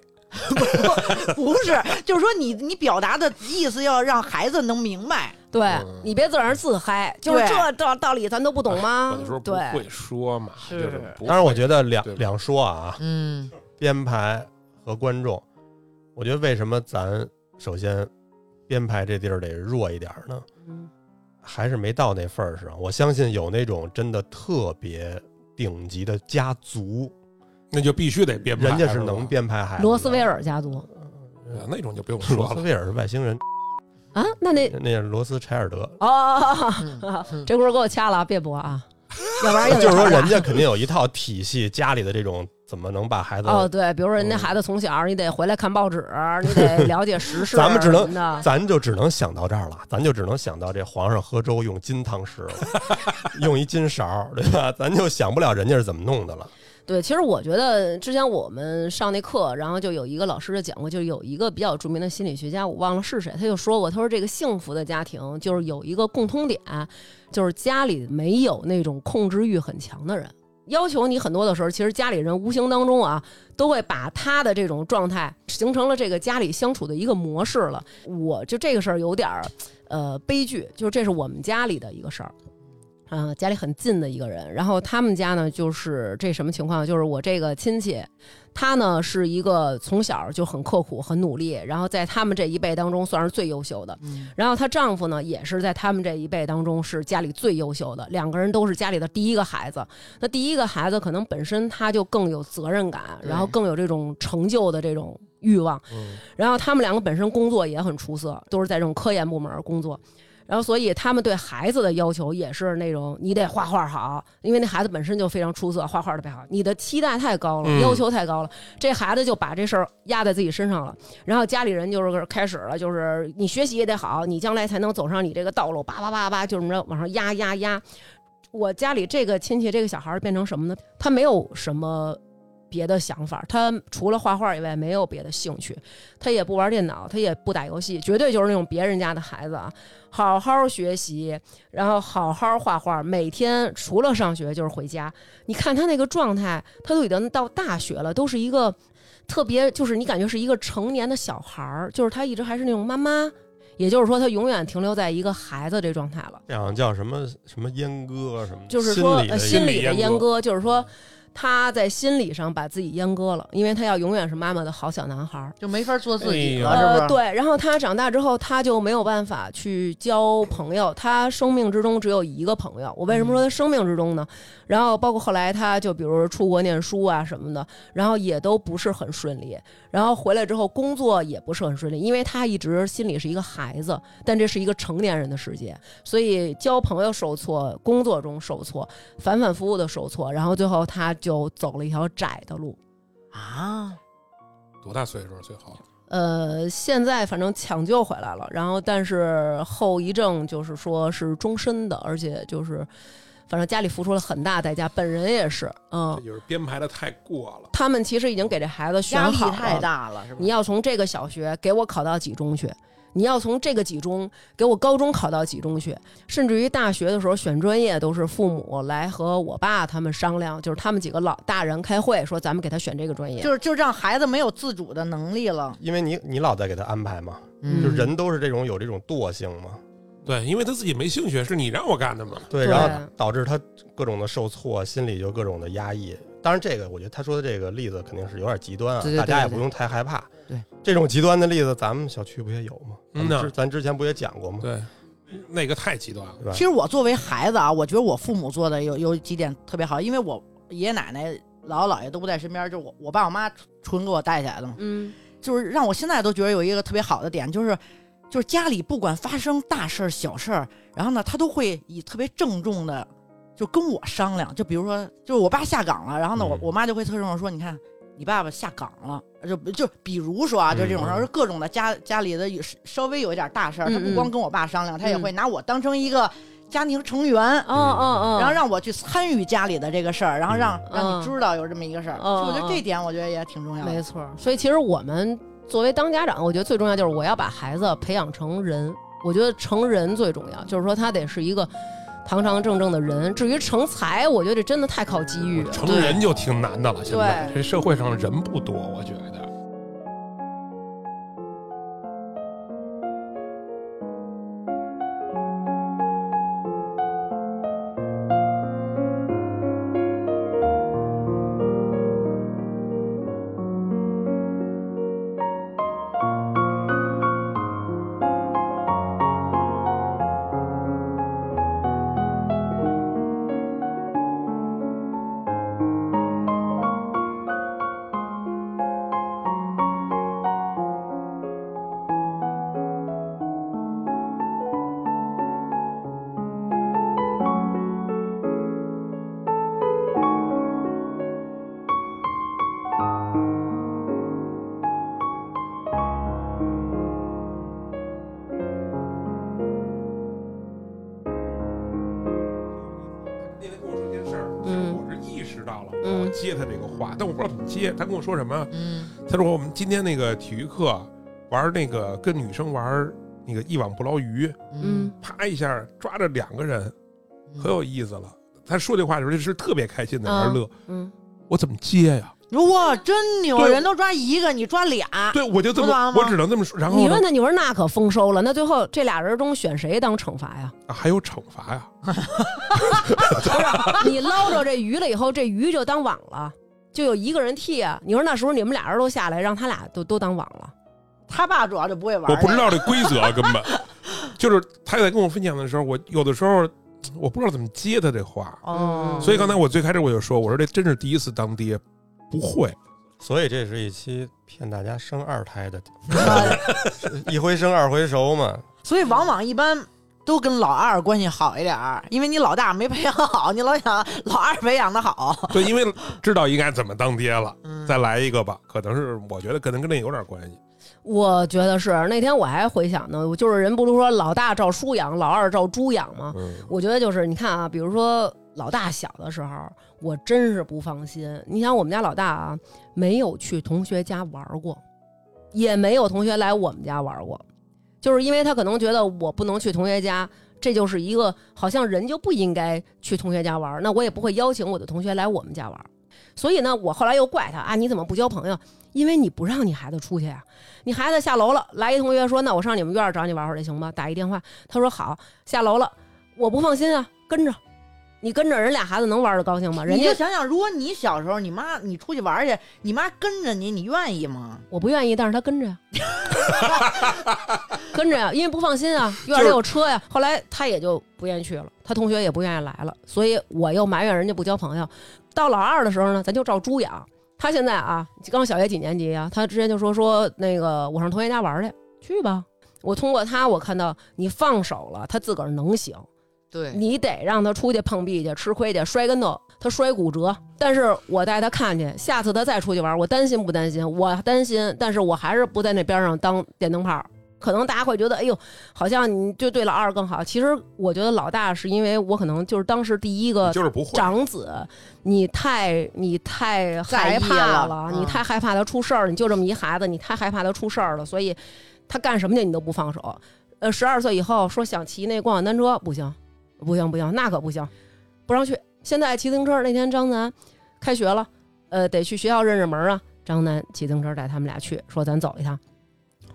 [SPEAKER 1] 不是，就是说你你表达的意思要让孩子能明白，
[SPEAKER 3] 对
[SPEAKER 2] 嗯
[SPEAKER 3] 你别自个儿自嗨，就是
[SPEAKER 1] 对
[SPEAKER 3] 这道道理咱都不懂吗
[SPEAKER 2] 哎有的时候？不
[SPEAKER 3] 对，
[SPEAKER 2] 会说嘛，
[SPEAKER 1] 是
[SPEAKER 2] 就是不会。
[SPEAKER 5] 当然，我觉得两
[SPEAKER 2] 对吧
[SPEAKER 5] 两说啊，
[SPEAKER 1] 嗯
[SPEAKER 5] 编排和观众，我觉得为什么咱首先编排这地儿得弱一点儿呢？
[SPEAKER 3] 嗯
[SPEAKER 5] 还是没到那份儿上。我相信有那种真的特别顶级的家族，
[SPEAKER 2] 那就必须得编排，啊
[SPEAKER 5] 人家是能编排孩子的。
[SPEAKER 3] 罗斯威尔家族
[SPEAKER 2] 呃，那种就不用
[SPEAKER 5] 罗
[SPEAKER 2] 说
[SPEAKER 5] 斯
[SPEAKER 2] 了。
[SPEAKER 5] 威尔是外星人，
[SPEAKER 3] 啊，那那
[SPEAKER 5] 那是罗斯柴尔德。
[SPEAKER 3] 哦哦哦哦哦
[SPEAKER 1] 嗯，
[SPEAKER 3] 这轱辘给我掐了，啊，别播啊，要不然又得
[SPEAKER 5] 就是说，
[SPEAKER 3] 吵架
[SPEAKER 5] 人家肯定有一套体系，家里的这种怎么能把孩子？
[SPEAKER 3] 哦，对，比如说人家
[SPEAKER 5] 嗯
[SPEAKER 3] 孩子从小，你得回来看报纸，你得了解时事，
[SPEAKER 5] 咱们只能
[SPEAKER 3] 的。
[SPEAKER 5] 咱就只能想到这儿了，咱就只能想到这皇上喝粥用金汤 匙了，用一金勺，对吧？咱就想不了人家是怎么弄的了。
[SPEAKER 3] 对，其实我觉得之前我们上那课，然后就有一个老师就讲过，就是有一个比较著名的心理学家，我忘了是谁，他就说过，他说这个幸福的家庭就是有一个共通点，就是家里没有那种控制欲很强的人。要求你很多的时候，其实家里人无形当中啊，都会把他的这种状态形成了这个家里相处的一个模式了。我就这个事儿有点儿，呃，悲剧，就是这是我们家里的一个事儿。啊，家里很近的一个人。然后他们家呢，就是这什么情况？就是我这个亲戚，他呢是一个从小就很刻苦、很努力，然后在他们这一辈当中算是最优秀的。
[SPEAKER 1] 嗯
[SPEAKER 3] 然后她丈夫呢，也是在他们这一辈当中是家里最优秀的，两个人都是家里的第一个孩子。那第一个孩子可能本身他就更有责任感，
[SPEAKER 1] 对
[SPEAKER 3] 然后更有这种成就的这种欲望。
[SPEAKER 2] 嗯，
[SPEAKER 3] 然后他们两个本身工作也很出色，都是在这种科研部门工作。然后，所以他们对孩子的要求也是那种你得画画好，因为那孩子本身就非常出色，画画特别好。你的期待太高了，
[SPEAKER 2] 嗯
[SPEAKER 3] 要求太高了，这孩子就把这事儿压在自己身上了。然后家里人就是开始了，就是你学习也得好，你将来才能走上你这个道路，叭叭叭叭，就这么着往上压压压。我家里这个亲戚这个小孩儿变成什么呢？他没有什么别的想法，他除了画画以外没有别的兴趣，他也不玩电脑，他也不打游戏，绝对就是那种别人家的孩子啊。好好学习，然后好好画画，每天除了上学就是回家。你看他那个状态，他都已经到大学了，都是一个特别，就是你感觉是一个成年的小孩儿，就是他一直还是那种妈妈，也就是说他永远停留在一个孩子这状态了。
[SPEAKER 5] 这样叫什么什么阉割什么？
[SPEAKER 3] 就是说
[SPEAKER 5] 心理
[SPEAKER 3] 呃
[SPEAKER 5] 的
[SPEAKER 3] 心
[SPEAKER 2] 心
[SPEAKER 3] 理
[SPEAKER 2] 理
[SPEAKER 3] 的
[SPEAKER 2] 阉
[SPEAKER 3] 阉割，就是说他在心理上把自己阉割了，因为他要永远是妈妈的好小男孩儿。
[SPEAKER 1] 就没法做自己
[SPEAKER 2] 哎
[SPEAKER 1] 了，
[SPEAKER 3] 呃，
[SPEAKER 1] 是不是？
[SPEAKER 3] 对，然后他长大之后，他就没有办法去交朋友，他生命之中只有一个朋友。我为什
[SPEAKER 1] 嗯
[SPEAKER 3] 么说他生命之中呢？然后包括后来他就比如说出国念书啊什么的，然后也都不是很顺利，然后回来之后工作也不是很顺利，因为他一直心里是一个孩子，但这是一个成年人的世界，所以交朋友受挫，工作中受挫，反反复复的受挫，然后最后他就走了一条窄的路。
[SPEAKER 1] 啊，
[SPEAKER 2] 多大岁数最好？
[SPEAKER 3] 呃，现在反正抢救回来了，然后但是后遗症就是说是终身的，而且就是反正家里付出了很大代价，本人也是，嗯
[SPEAKER 2] 这，就是编排的太过了。
[SPEAKER 3] 他们其实已经给这孩子选
[SPEAKER 1] 压力
[SPEAKER 3] 好了，
[SPEAKER 1] 太大了，是不
[SPEAKER 3] 你
[SPEAKER 1] 是？
[SPEAKER 3] 要从这个小学给我考到几中去，你要从这个几中给我高中考到几中去，甚至于大学的时候选专业都是父母来和我爸他们商量，就是他们几个老大人开会说咱们给他选这个专业，
[SPEAKER 1] 就是就让孩子没有自主的能力了，
[SPEAKER 5] 因为你你老在给他安排嘛，
[SPEAKER 3] 嗯
[SPEAKER 5] 就人都是这种有这种惰性嘛，
[SPEAKER 2] 对，因为他自己没兴趣，是你让我干的嘛。
[SPEAKER 5] 对，
[SPEAKER 3] 对
[SPEAKER 5] 然后导致他各种的受挫，心里就各种的压抑。当然，这个我觉得他说的这个例子肯定是有点极端啊，
[SPEAKER 3] 对对对
[SPEAKER 5] 大家也
[SPEAKER 3] 对对
[SPEAKER 5] 不用太害怕。
[SPEAKER 3] 对，
[SPEAKER 5] 这种极端的例子，咱们小区不也有吗？
[SPEAKER 2] 嗯
[SPEAKER 5] 咱
[SPEAKER 2] 呐
[SPEAKER 5] 之咱之前不也讲过吗？
[SPEAKER 2] 对，嗯那个太极端了。
[SPEAKER 5] 对吧
[SPEAKER 1] 其？实我作为孩子啊，我觉得我父母做的有有几点特别好，因为我爷爷奶奶、姥姥姥爷都不在身边，就我我爸我妈纯给我带起来的嘛。
[SPEAKER 3] 嗯，
[SPEAKER 1] 就是让我现在都觉得有一个特别好的点，就是就是家里不管发生大事儿、小事儿，然后呢，他都会以特别郑重的就跟我商量。就比如说，就是我爸下岗了，然后呢，我
[SPEAKER 5] 嗯
[SPEAKER 1] 我妈就会特郑重说：“你看，你爸爸下岗了。”就就比如说啊，就这种事
[SPEAKER 2] 嗯
[SPEAKER 1] 儿，各种的家家里的有稍微有一点大事儿，他
[SPEAKER 3] 嗯
[SPEAKER 1] 不光跟我爸商量，他也
[SPEAKER 3] 嗯
[SPEAKER 1] 会拿我当成一个家庭成员。
[SPEAKER 3] 哦哦哦，
[SPEAKER 1] 然后让我去参与家里的这个事儿，然后让、
[SPEAKER 5] 嗯
[SPEAKER 1] 让你知道有这么一个事儿，
[SPEAKER 3] 嗯
[SPEAKER 1] 所以我觉得
[SPEAKER 3] 嗯
[SPEAKER 1] 这点我觉得也挺重要的。
[SPEAKER 3] 没错儿，所以其实我们作为当家长，我觉得最重要就是我要把孩子培养成人。我觉得成人最重要，就是说他得是一个堂堂正正的人。至于成才，我觉得这真的太靠机遇了。
[SPEAKER 2] 成人就挺难的了，现在
[SPEAKER 1] 对
[SPEAKER 2] 这社会上人不多，我觉得。那天跟我说件事儿，
[SPEAKER 3] 嗯
[SPEAKER 2] 我是意识到了，
[SPEAKER 3] 嗯
[SPEAKER 2] 我接他这个话，但我不知道怎么接。他跟我说什么？
[SPEAKER 1] 嗯，
[SPEAKER 2] 他说我们今天那个体育课玩那个跟女生玩那个一网不捞鱼，
[SPEAKER 3] 嗯，
[SPEAKER 2] 啪一下抓着两个人，
[SPEAKER 1] 嗯
[SPEAKER 2] 可有意思了。他说这话的时候是特别开心的，在那儿
[SPEAKER 3] 嗯
[SPEAKER 2] 乐。
[SPEAKER 3] 嗯，
[SPEAKER 2] 我怎么接呀？
[SPEAKER 1] 哇，真牛！
[SPEAKER 2] 对
[SPEAKER 1] 人都抓一个，你抓俩，
[SPEAKER 2] 对，我就这
[SPEAKER 1] 不
[SPEAKER 2] 么
[SPEAKER 1] 完，吗
[SPEAKER 2] 我只能这么说。然后
[SPEAKER 3] 你
[SPEAKER 2] 呢
[SPEAKER 3] 问他，你说那可丰收了，那最后这俩人中选谁当惩罚呀？
[SPEAKER 2] 啊还有惩罚呀？
[SPEAKER 3] 你捞着这鱼了以后，这鱼就当网了，就有一个人替啊。你说那时候你们俩人都下来，让他俩都都当网了。
[SPEAKER 1] 他爸主要就不会玩。
[SPEAKER 2] 我不知，道这规则，根 本就是他在跟我分享的时候，我有的时候我不知道怎么接他这话，
[SPEAKER 1] 哦，
[SPEAKER 2] 所以刚才我最开始我就说，我说这真是第一次当爹，不会，
[SPEAKER 5] 所以这是一期骗大家生二胎的，
[SPEAKER 1] 啊
[SPEAKER 5] 一回生二回熟嘛。
[SPEAKER 1] 所以往往一般都跟老二关系好一点儿，因为你老大没培养好，你老想老二培养的好。
[SPEAKER 2] 对，因为知道应该怎么当爹了，
[SPEAKER 1] 嗯
[SPEAKER 2] 再来一个吧，可能是我觉得可能跟这有点关系，
[SPEAKER 3] 我觉得是那天我还回想呢，我就是人不是说老大照书养，老二照猪养吗？
[SPEAKER 2] 嗯，
[SPEAKER 3] 我觉得就是你看啊，比如说老大小的时候，我真是不放心。你想我们家老大啊，没有去同学家玩过，也没有同学来我们家玩过，就是因为他可能觉得我不能去同学家，这就是一个好像人就不应该去同学家玩，那我也不会邀请我的同学来我们家玩。所以呢，我后来又怪他啊，你怎么不交朋友？因为你不让你孩子出去呀、你孩子下楼了，来一同学说，那我上你们院儿找你玩会儿去行吗？打一电话，他说好，下楼了，我不放心啊，跟着，你跟着人俩孩子能玩的高兴吗？人
[SPEAKER 1] 你
[SPEAKER 3] 家
[SPEAKER 1] 就想想，如果你小时候，你妈你出去玩儿去，你妈跟着你，你愿意吗？
[SPEAKER 3] 我不愿意，但是他跟着呀，跟着呀，因为不放心啊，院里有车呀。后来他也就不愿意去了，他同学也不愿意来了，所以我又埋怨人家不交朋友。到老二的时候呢，咱就照猪养。他现在啊，刚小学几年级啊，他之前就说说那个我上同学家玩去，去吧。我通过他，我看到你放手了，他自个儿能行。
[SPEAKER 1] 对，
[SPEAKER 3] 你得让他出去碰壁去、吃亏去、摔跟头，他摔骨折。但是我带他看去，下次他再出去玩，我担心不担心？我担心，但是我还是不在那边上当电灯泡。可能大家会觉得，哎呦，好像你就对老二更好。其实我觉得老大是因为我可能就是当时第一个
[SPEAKER 2] 就是不会，
[SPEAKER 3] 长子，你太你太害
[SPEAKER 1] 在意
[SPEAKER 3] 怕
[SPEAKER 1] 了
[SPEAKER 3] 了，
[SPEAKER 1] 嗯
[SPEAKER 3] 你太害怕他出事儿，你就这么一孩子，你太害怕他出事儿了，所以他干什么去你都不放手。呃，十二岁以后说想骑那共享单车不行，不行不行，那可不行，不让去。现在骑自行车，那天张楠开学了，呃，得去学校认认门啊。张楠骑自行车带他们俩去，说咱走一趟。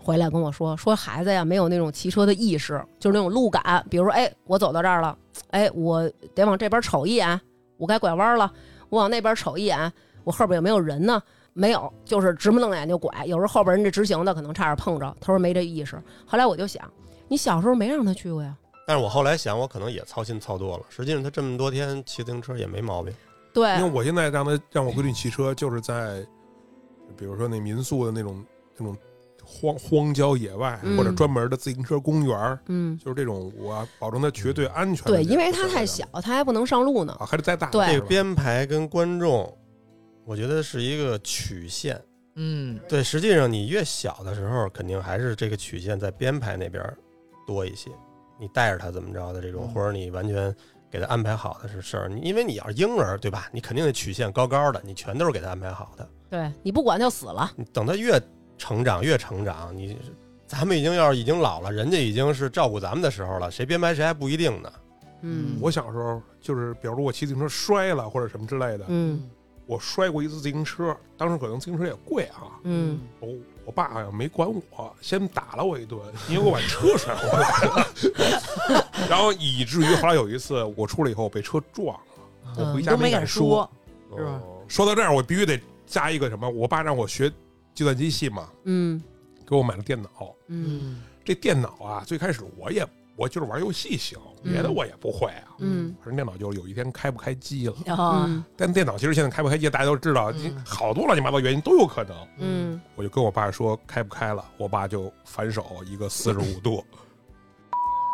[SPEAKER 3] 回来跟我说，说孩子呀没有那种骑车的意识，就是那种路感，比如说，哎，我走到这儿了，哎，我得往这边瞅一眼，我该拐弯了，我往那边瞅一眼，我后边有没有人呢？没有，就是直目瞪眼就拐。有时候后边人这直行的可能差点碰着，他说没这意识。后来我就想，你小时候没让他去过呀？
[SPEAKER 5] 但是我后来想，我可能也操心操多了。实际上，他这么多天骑自行车也没毛病。
[SPEAKER 3] 对
[SPEAKER 2] 因为我现在让他让我闺女骑车，就是在比如说那民宿的那种那种荒荒郊野外，
[SPEAKER 3] 嗯
[SPEAKER 2] 或者专门的自行车公园儿，
[SPEAKER 3] 嗯，
[SPEAKER 2] 就是这种，我要保证他绝对安全的
[SPEAKER 3] 对，
[SPEAKER 2] 这种
[SPEAKER 3] 因为他
[SPEAKER 2] 情况
[SPEAKER 3] 太
[SPEAKER 2] 下
[SPEAKER 3] 小，他还不能上路呢。
[SPEAKER 2] 啊，还得再大
[SPEAKER 3] 对
[SPEAKER 2] 是
[SPEAKER 5] 这
[SPEAKER 2] 吧
[SPEAKER 5] 个编排跟观众，我觉得是一个曲线。
[SPEAKER 1] 嗯，
[SPEAKER 5] 对，实际上你越小的时候，肯定还是这个曲线在编排那边多一些。你带着他怎么着的这种，
[SPEAKER 1] 嗯
[SPEAKER 5] 或者你完全给他安排好的是事儿。你因为你要是婴儿，对吧？你肯定得曲线高高的，你全都是给他安排好的。
[SPEAKER 3] 对你不管就死了。
[SPEAKER 5] 你等他越成长越成长，你咱们已经要是已经老了，人家已经是照顾咱们的时候了，谁编排谁还不一定呢。
[SPEAKER 3] 嗯，
[SPEAKER 2] 我小时候就是，比如说我骑自行车摔了或者什么之类的，
[SPEAKER 3] 嗯
[SPEAKER 2] 我摔过一次自行车，当时可能自行车也贵啊，
[SPEAKER 3] 嗯，
[SPEAKER 2] 我我爸好像没管我，先打了我一顿，因为我把车摔坏了， 然后以至于后来有一次我出来以后被车撞了，我
[SPEAKER 1] 嗯
[SPEAKER 2] 回
[SPEAKER 1] 你
[SPEAKER 2] 家
[SPEAKER 1] 都没
[SPEAKER 2] 敢
[SPEAKER 1] 敢
[SPEAKER 2] 说
[SPEAKER 1] 说。，是吧
[SPEAKER 2] 嗯说到这儿，我必须得加一个什么，我爸让我学计算机系嘛，
[SPEAKER 3] 嗯
[SPEAKER 2] 给我买了电脑。
[SPEAKER 3] 嗯
[SPEAKER 2] 这电脑啊，最开始我也我就是玩游戏行，
[SPEAKER 3] 嗯
[SPEAKER 2] 别的我也不会啊。
[SPEAKER 3] 嗯
[SPEAKER 2] 反正电脑就有一天开不开机了，
[SPEAKER 1] 然后
[SPEAKER 3] 嗯
[SPEAKER 2] 但电脑其实现在开不开机，大家都知道，
[SPEAKER 1] 嗯
[SPEAKER 2] 好多乱七八糟原因都有可能。
[SPEAKER 3] 嗯，
[SPEAKER 2] 我就跟我爸说开不开了，我爸就反手一个四十五度，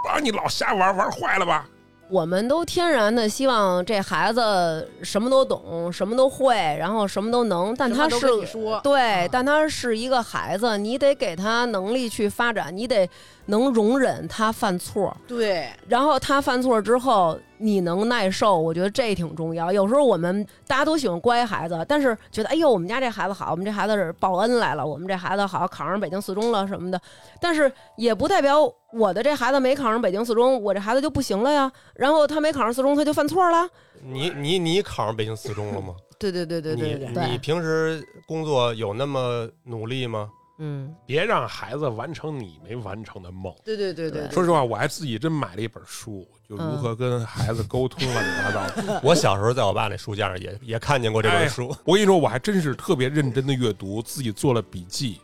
[SPEAKER 2] 啊，你老瞎玩，玩坏了吧？
[SPEAKER 3] 我们都天然的希望这孩子什么都懂，什么都会，然后什么都能，但他是
[SPEAKER 1] 什么都跟你说
[SPEAKER 3] 对
[SPEAKER 1] 啊，
[SPEAKER 3] 但他是一个孩子，你得给他能力去发展，你得能容忍他犯错。
[SPEAKER 1] 对，
[SPEAKER 3] 然后他犯错之后，你能耐受，我觉得这挺重要。有时候我们大家都喜欢乖孩子，但是觉得哎呦，我们家这孩子好，我们这孩子是报恩来了，我们这孩子好考上北京四中了什么的。但是也不代表我的这孩子没考上北京四中，我这孩子就不行了呀。然后他没考上四中，他就犯错了。
[SPEAKER 5] 你你你考上北京四中了吗？
[SPEAKER 1] 对对对对对对，
[SPEAKER 5] 你你平时工作有那么努力吗？
[SPEAKER 3] 嗯，
[SPEAKER 2] 别让孩子完成你没完成的梦。
[SPEAKER 1] 对对对嗯对，
[SPEAKER 2] 说实话，我还自己真买了一本书，就如何跟孩子沟通乱七八糟
[SPEAKER 1] 嗯
[SPEAKER 2] 的。
[SPEAKER 5] 我小时候在我爸那书架上也也看见过这
[SPEAKER 2] 哎
[SPEAKER 5] 本书。
[SPEAKER 2] 我跟你说，我还真是特别认真的阅读，自己做了笔记，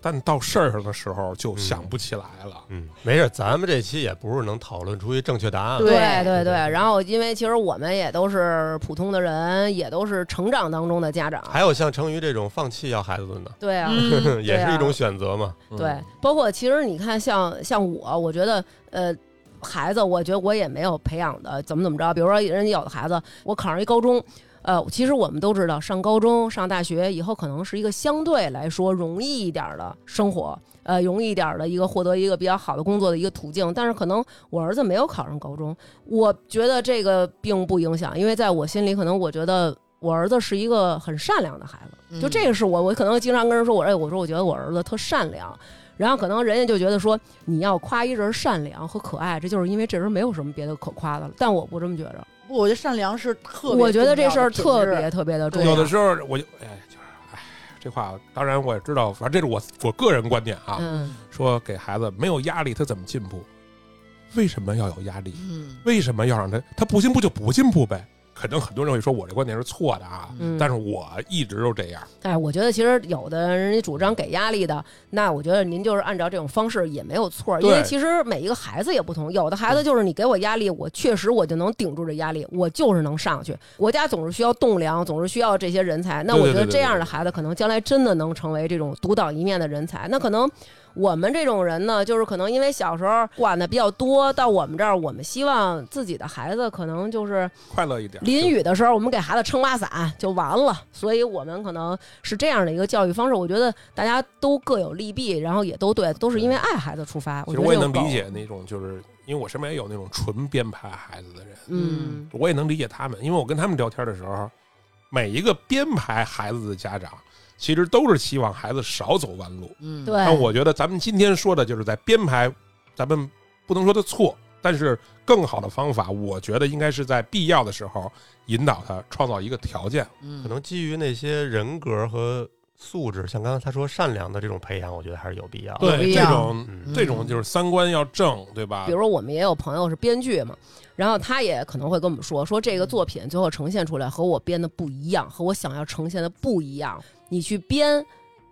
[SPEAKER 2] 但到事儿上的时候就想不起来了。
[SPEAKER 5] 嗯，没事，咱们这期也不是能讨论出一正确答案。
[SPEAKER 1] 对
[SPEAKER 3] 对对对，然后因为其实我们也都是普通的人，也都是成长当中的家长。
[SPEAKER 5] 还有像成瑜这种放弃要孩子的呢，
[SPEAKER 3] 对啊，
[SPEAKER 1] 嗯
[SPEAKER 5] 也是一种选择嘛。
[SPEAKER 2] 嗯
[SPEAKER 3] 对，包括其实你看像，像我，我觉得呃，孩子，我觉得我也没有培养的怎么怎么着。比如说，人家有的孩子，我考上一高中，呃，其实我们都知道，上高中、上大学以后，可能是一个相对来说容易一点儿的生活，呃，容易一点儿的一个获得一个比较好的工作的一个途径。但是可能我儿子没有考上高中，我觉得这个并不影响，因为在我心里，可能我觉得。我儿子是一个很善良的孩子，就
[SPEAKER 1] 嗯
[SPEAKER 3] 这个是我，我可能经常跟人说，我说，哎，我说我觉得我儿子特善良，然后可能人家就觉得说，你要夸一人善良和可爱，这就是因为这人没有什么别的可夸的了。但我不这么觉着，
[SPEAKER 1] 不我觉得善良是特别，
[SPEAKER 3] 我觉得这事儿特别，特别的重
[SPEAKER 1] 对
[SPEAKER 3] 要。
[SPEAKER 2] 有的时候我就哎，就是哎，这话当然我也知道，反正这是我我个人观点啊。
[SPEAKER 3] 嗯，
[SPEAKER 2] 说给孩子没有压力，他怎么进步？为什么要有压力？
[SPEAKER 1] 嗯，
[SPEAKER 2] 为什么要让他他不进步就不进步呗？可能很多人会说我这观点是错的啊，
[SPEAKER 3] 嗯
[SPEAKER 2] 但是我一直都这样。
[SPEAKER 3] 哎，我觉得其实有的人家主张给压力的，那我觉得您就是按照这种方式也没有错，因为
[SPEAKER 2] 对
[SPEAKER 3] 其实每一个孩子也不同，有的孩子就是你给我压力，我确实我就能顶住这压力，我就是能上去。国家总是需要栋梁，总是需要这些人才。那
[SPEAKER 2] 对
[SPEAKER 3] 我
[SPEAKER 2] 对
[SPEAKER 3] 觉得
[SPEAKER 2] 对对
[SPEAKER 3] 这样
[SPEAKER 2] 对
[SPEAKER 3] 的孩子可能将来真的能成为这种独当一面的人才。那可能我们这种人呢，就是可能因为小时候管的比较多，到我们这儿，我们希望自己的孩子可能就是
[SPEAKER 2] 快乐一点。
[SPEAKER 3] 淋雨的时候，我们给孩子撑把伞就完了。所以我们可能是这样的一个教育方式。我觉得大家都各有利弊，然后也都对，都是因为爱孩子出发。啊觉
[SPEAKER 2] 其实
[SPEAKER 3] 得
[SPEAKER 2] 我也
[SPEAKER 3] 这
[SPEAKER 2] 能
[SPEAKER 3] 种
[SPEAKER 2] 理解那种，就是因为我身边也有那种纯编排孩子的人，
[SPEAKER 3] 狗，嗯
[SPEAKER 2] 我也能理解他们，因为我跟他们聊天的时候，每一个编排孩子的家长，其实都是希望孩子少走弯路。
[SPEAKER 1] 嗯，
[SPEAKER 3] 对，
[SPEAKER 2] 但我觉得咱们今天说的就是在编排，咱们不能说他错，但是更好的方法，我觉得应该是在必要的时候引导他，创造一个条件。啊
[SPEAKER 1] 嗯，
[SPEAKER 5] 可能基于那些人格和素质，像刚才他说善良的这种培养，我觉得还是有必要的。
[SPEAKER 3] 有必
[SPEAKER 2] 对这
[SPEAKER 3] 要
[SPEAKER 2] 种
[SPEAKER 5] 嗯，
[SPEAKER 2] 这种就是三观要正，对吧
[SPEAKER 3] 比？如我们也有朋友是编剧嘛，然后他也可能会跟我们说，说这个作品最后呈现出来和我编的不一样，和我想要呈现的不一样。你去编，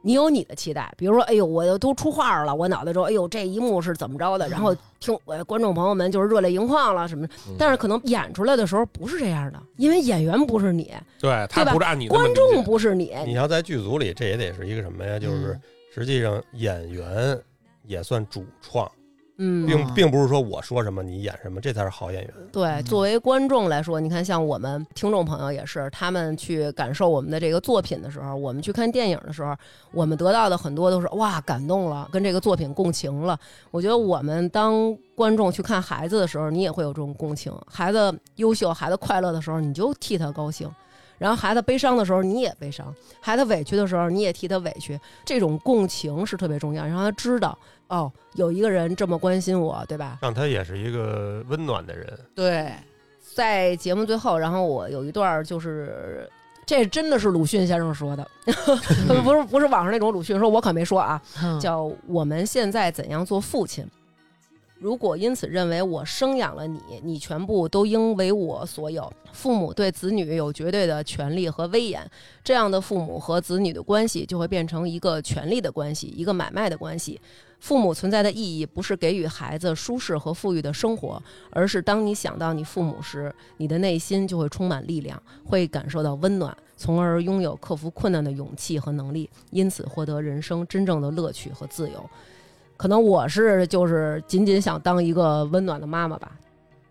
[SPEAKER 3] 你有你的期待，比如说，哎呦，我都出画了，我脑袋中，哎呦，这一幕是怎么着的，然后听我观众朋友们就是热泪盈眶了什么，
[SPEAKER 2] 嗯
[SPEAKER 3] 但是可能演出来的时候不是这样的，因为演员不是你，
[SPEAKER 2] 对他
[SPEAKER 3] 对吧
[SPEAKER 2] 不是按你那么
[SPEAKER 3] 观
[SPEAKER 2] 理解
[SPEAKER 3] 众不是你，
[SPEAKER 5] 你要在剧组里，这也得是一个什么呀？就是
[SPEAKER 1] 嗯
[SPEAKER 5] 实际上演员也算主创，
[SPEAKER 3] 嗯，
[SPEAKER 5] 并并不是说我说什么你演什么，这才是好演员。
[SPEAKER 3] 对，作为观众来说，你看，像我们听众朋友也是，他们去感受我们的这个作品的时候，我们去看电影的时候，我们得到的很多都是哇感动了，跟这个作品共情了。我觉得我们当观众去看孩子的时候，你也会有这种共情。孩子优秀，孩子快乐的时候，你就替他高兴；然后孩子悲伤的时候，你也悲伤；孩子委屈的时候，你也替他委屈。这种共情是特别重要，让他知道哦，有一个人这么关心我，对吧？
[SPEAKER 5] 让他也是一个温暖的人。
[SPEAKER 1] 对，
[SPEAKER 3] 在节目最后，然后我有一段儿就是，这真的是鲁迅先生说的， 不是不是网上那种鲁迅说，我可没说啊，
[SPEAKER 1] 嗯
[SPEAKER 3] 叫我们现在怎样做父亲。如果因此认为我生养了你，你全部都应为我所有。父母对子女有绝对的权利和威严，这样的父母和子女的关系就会变成一个权利的关系，一个买卖的关系。父母存在的意义不是给予孩子舒适和富裕的生活，而是当你想到你父母时，你的内心就会充满力量，会感受到温暖，从而拥有克服困难的勇气和能力，因此获得人生真正的乐趣和自由。可能我是就是仅仅想当一个温暖的妈妈吧。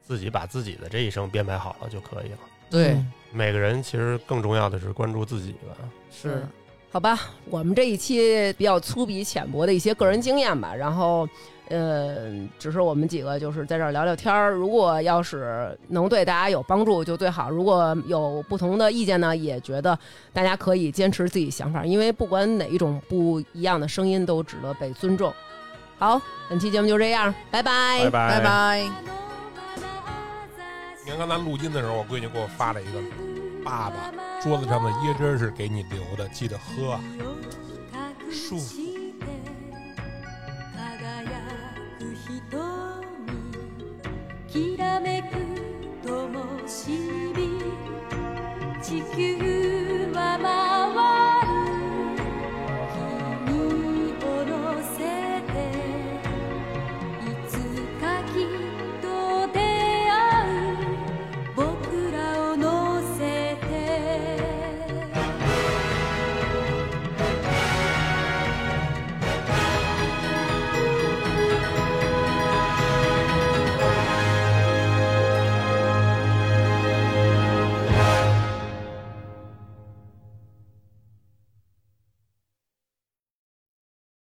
[SPEAKER 5] 自己把自己的这一生编排好了就可以了。
[SPEAKER 1] 对，
[SPEAKER 3] 嗯
[SPEAKER 5] 每个人其实更重要的是关注自己吧。
[SPEAKER 1] 是，
[SPEAKER 3] 嗯好吧，我们这一期比较粗鄙浅薄的一些个人经验吧，然后，呃，只是我们几个就是在这儿聊聊天儿。如果要是能对大家有帮助就最好，如果有不同的意见呢，也觉得大家可以坚持自己想法，因为不管哪一种不一样的声音都值得被尊重。好，本期节目就这样，拜拜。
[SPEAKER 2] 拜
[SPEAKER 1] 拜
[SPEAKER 2] 拜。
[SPEAKER 1] 拜。
[SPEAKER 2] 你看刚才录音的时候，我闺女给我发了一个，爸爸桌子上的椰汁儿是给你留的，记得喝啊。
[SPEAKER 4] 舒服。きらめく灯火地球はま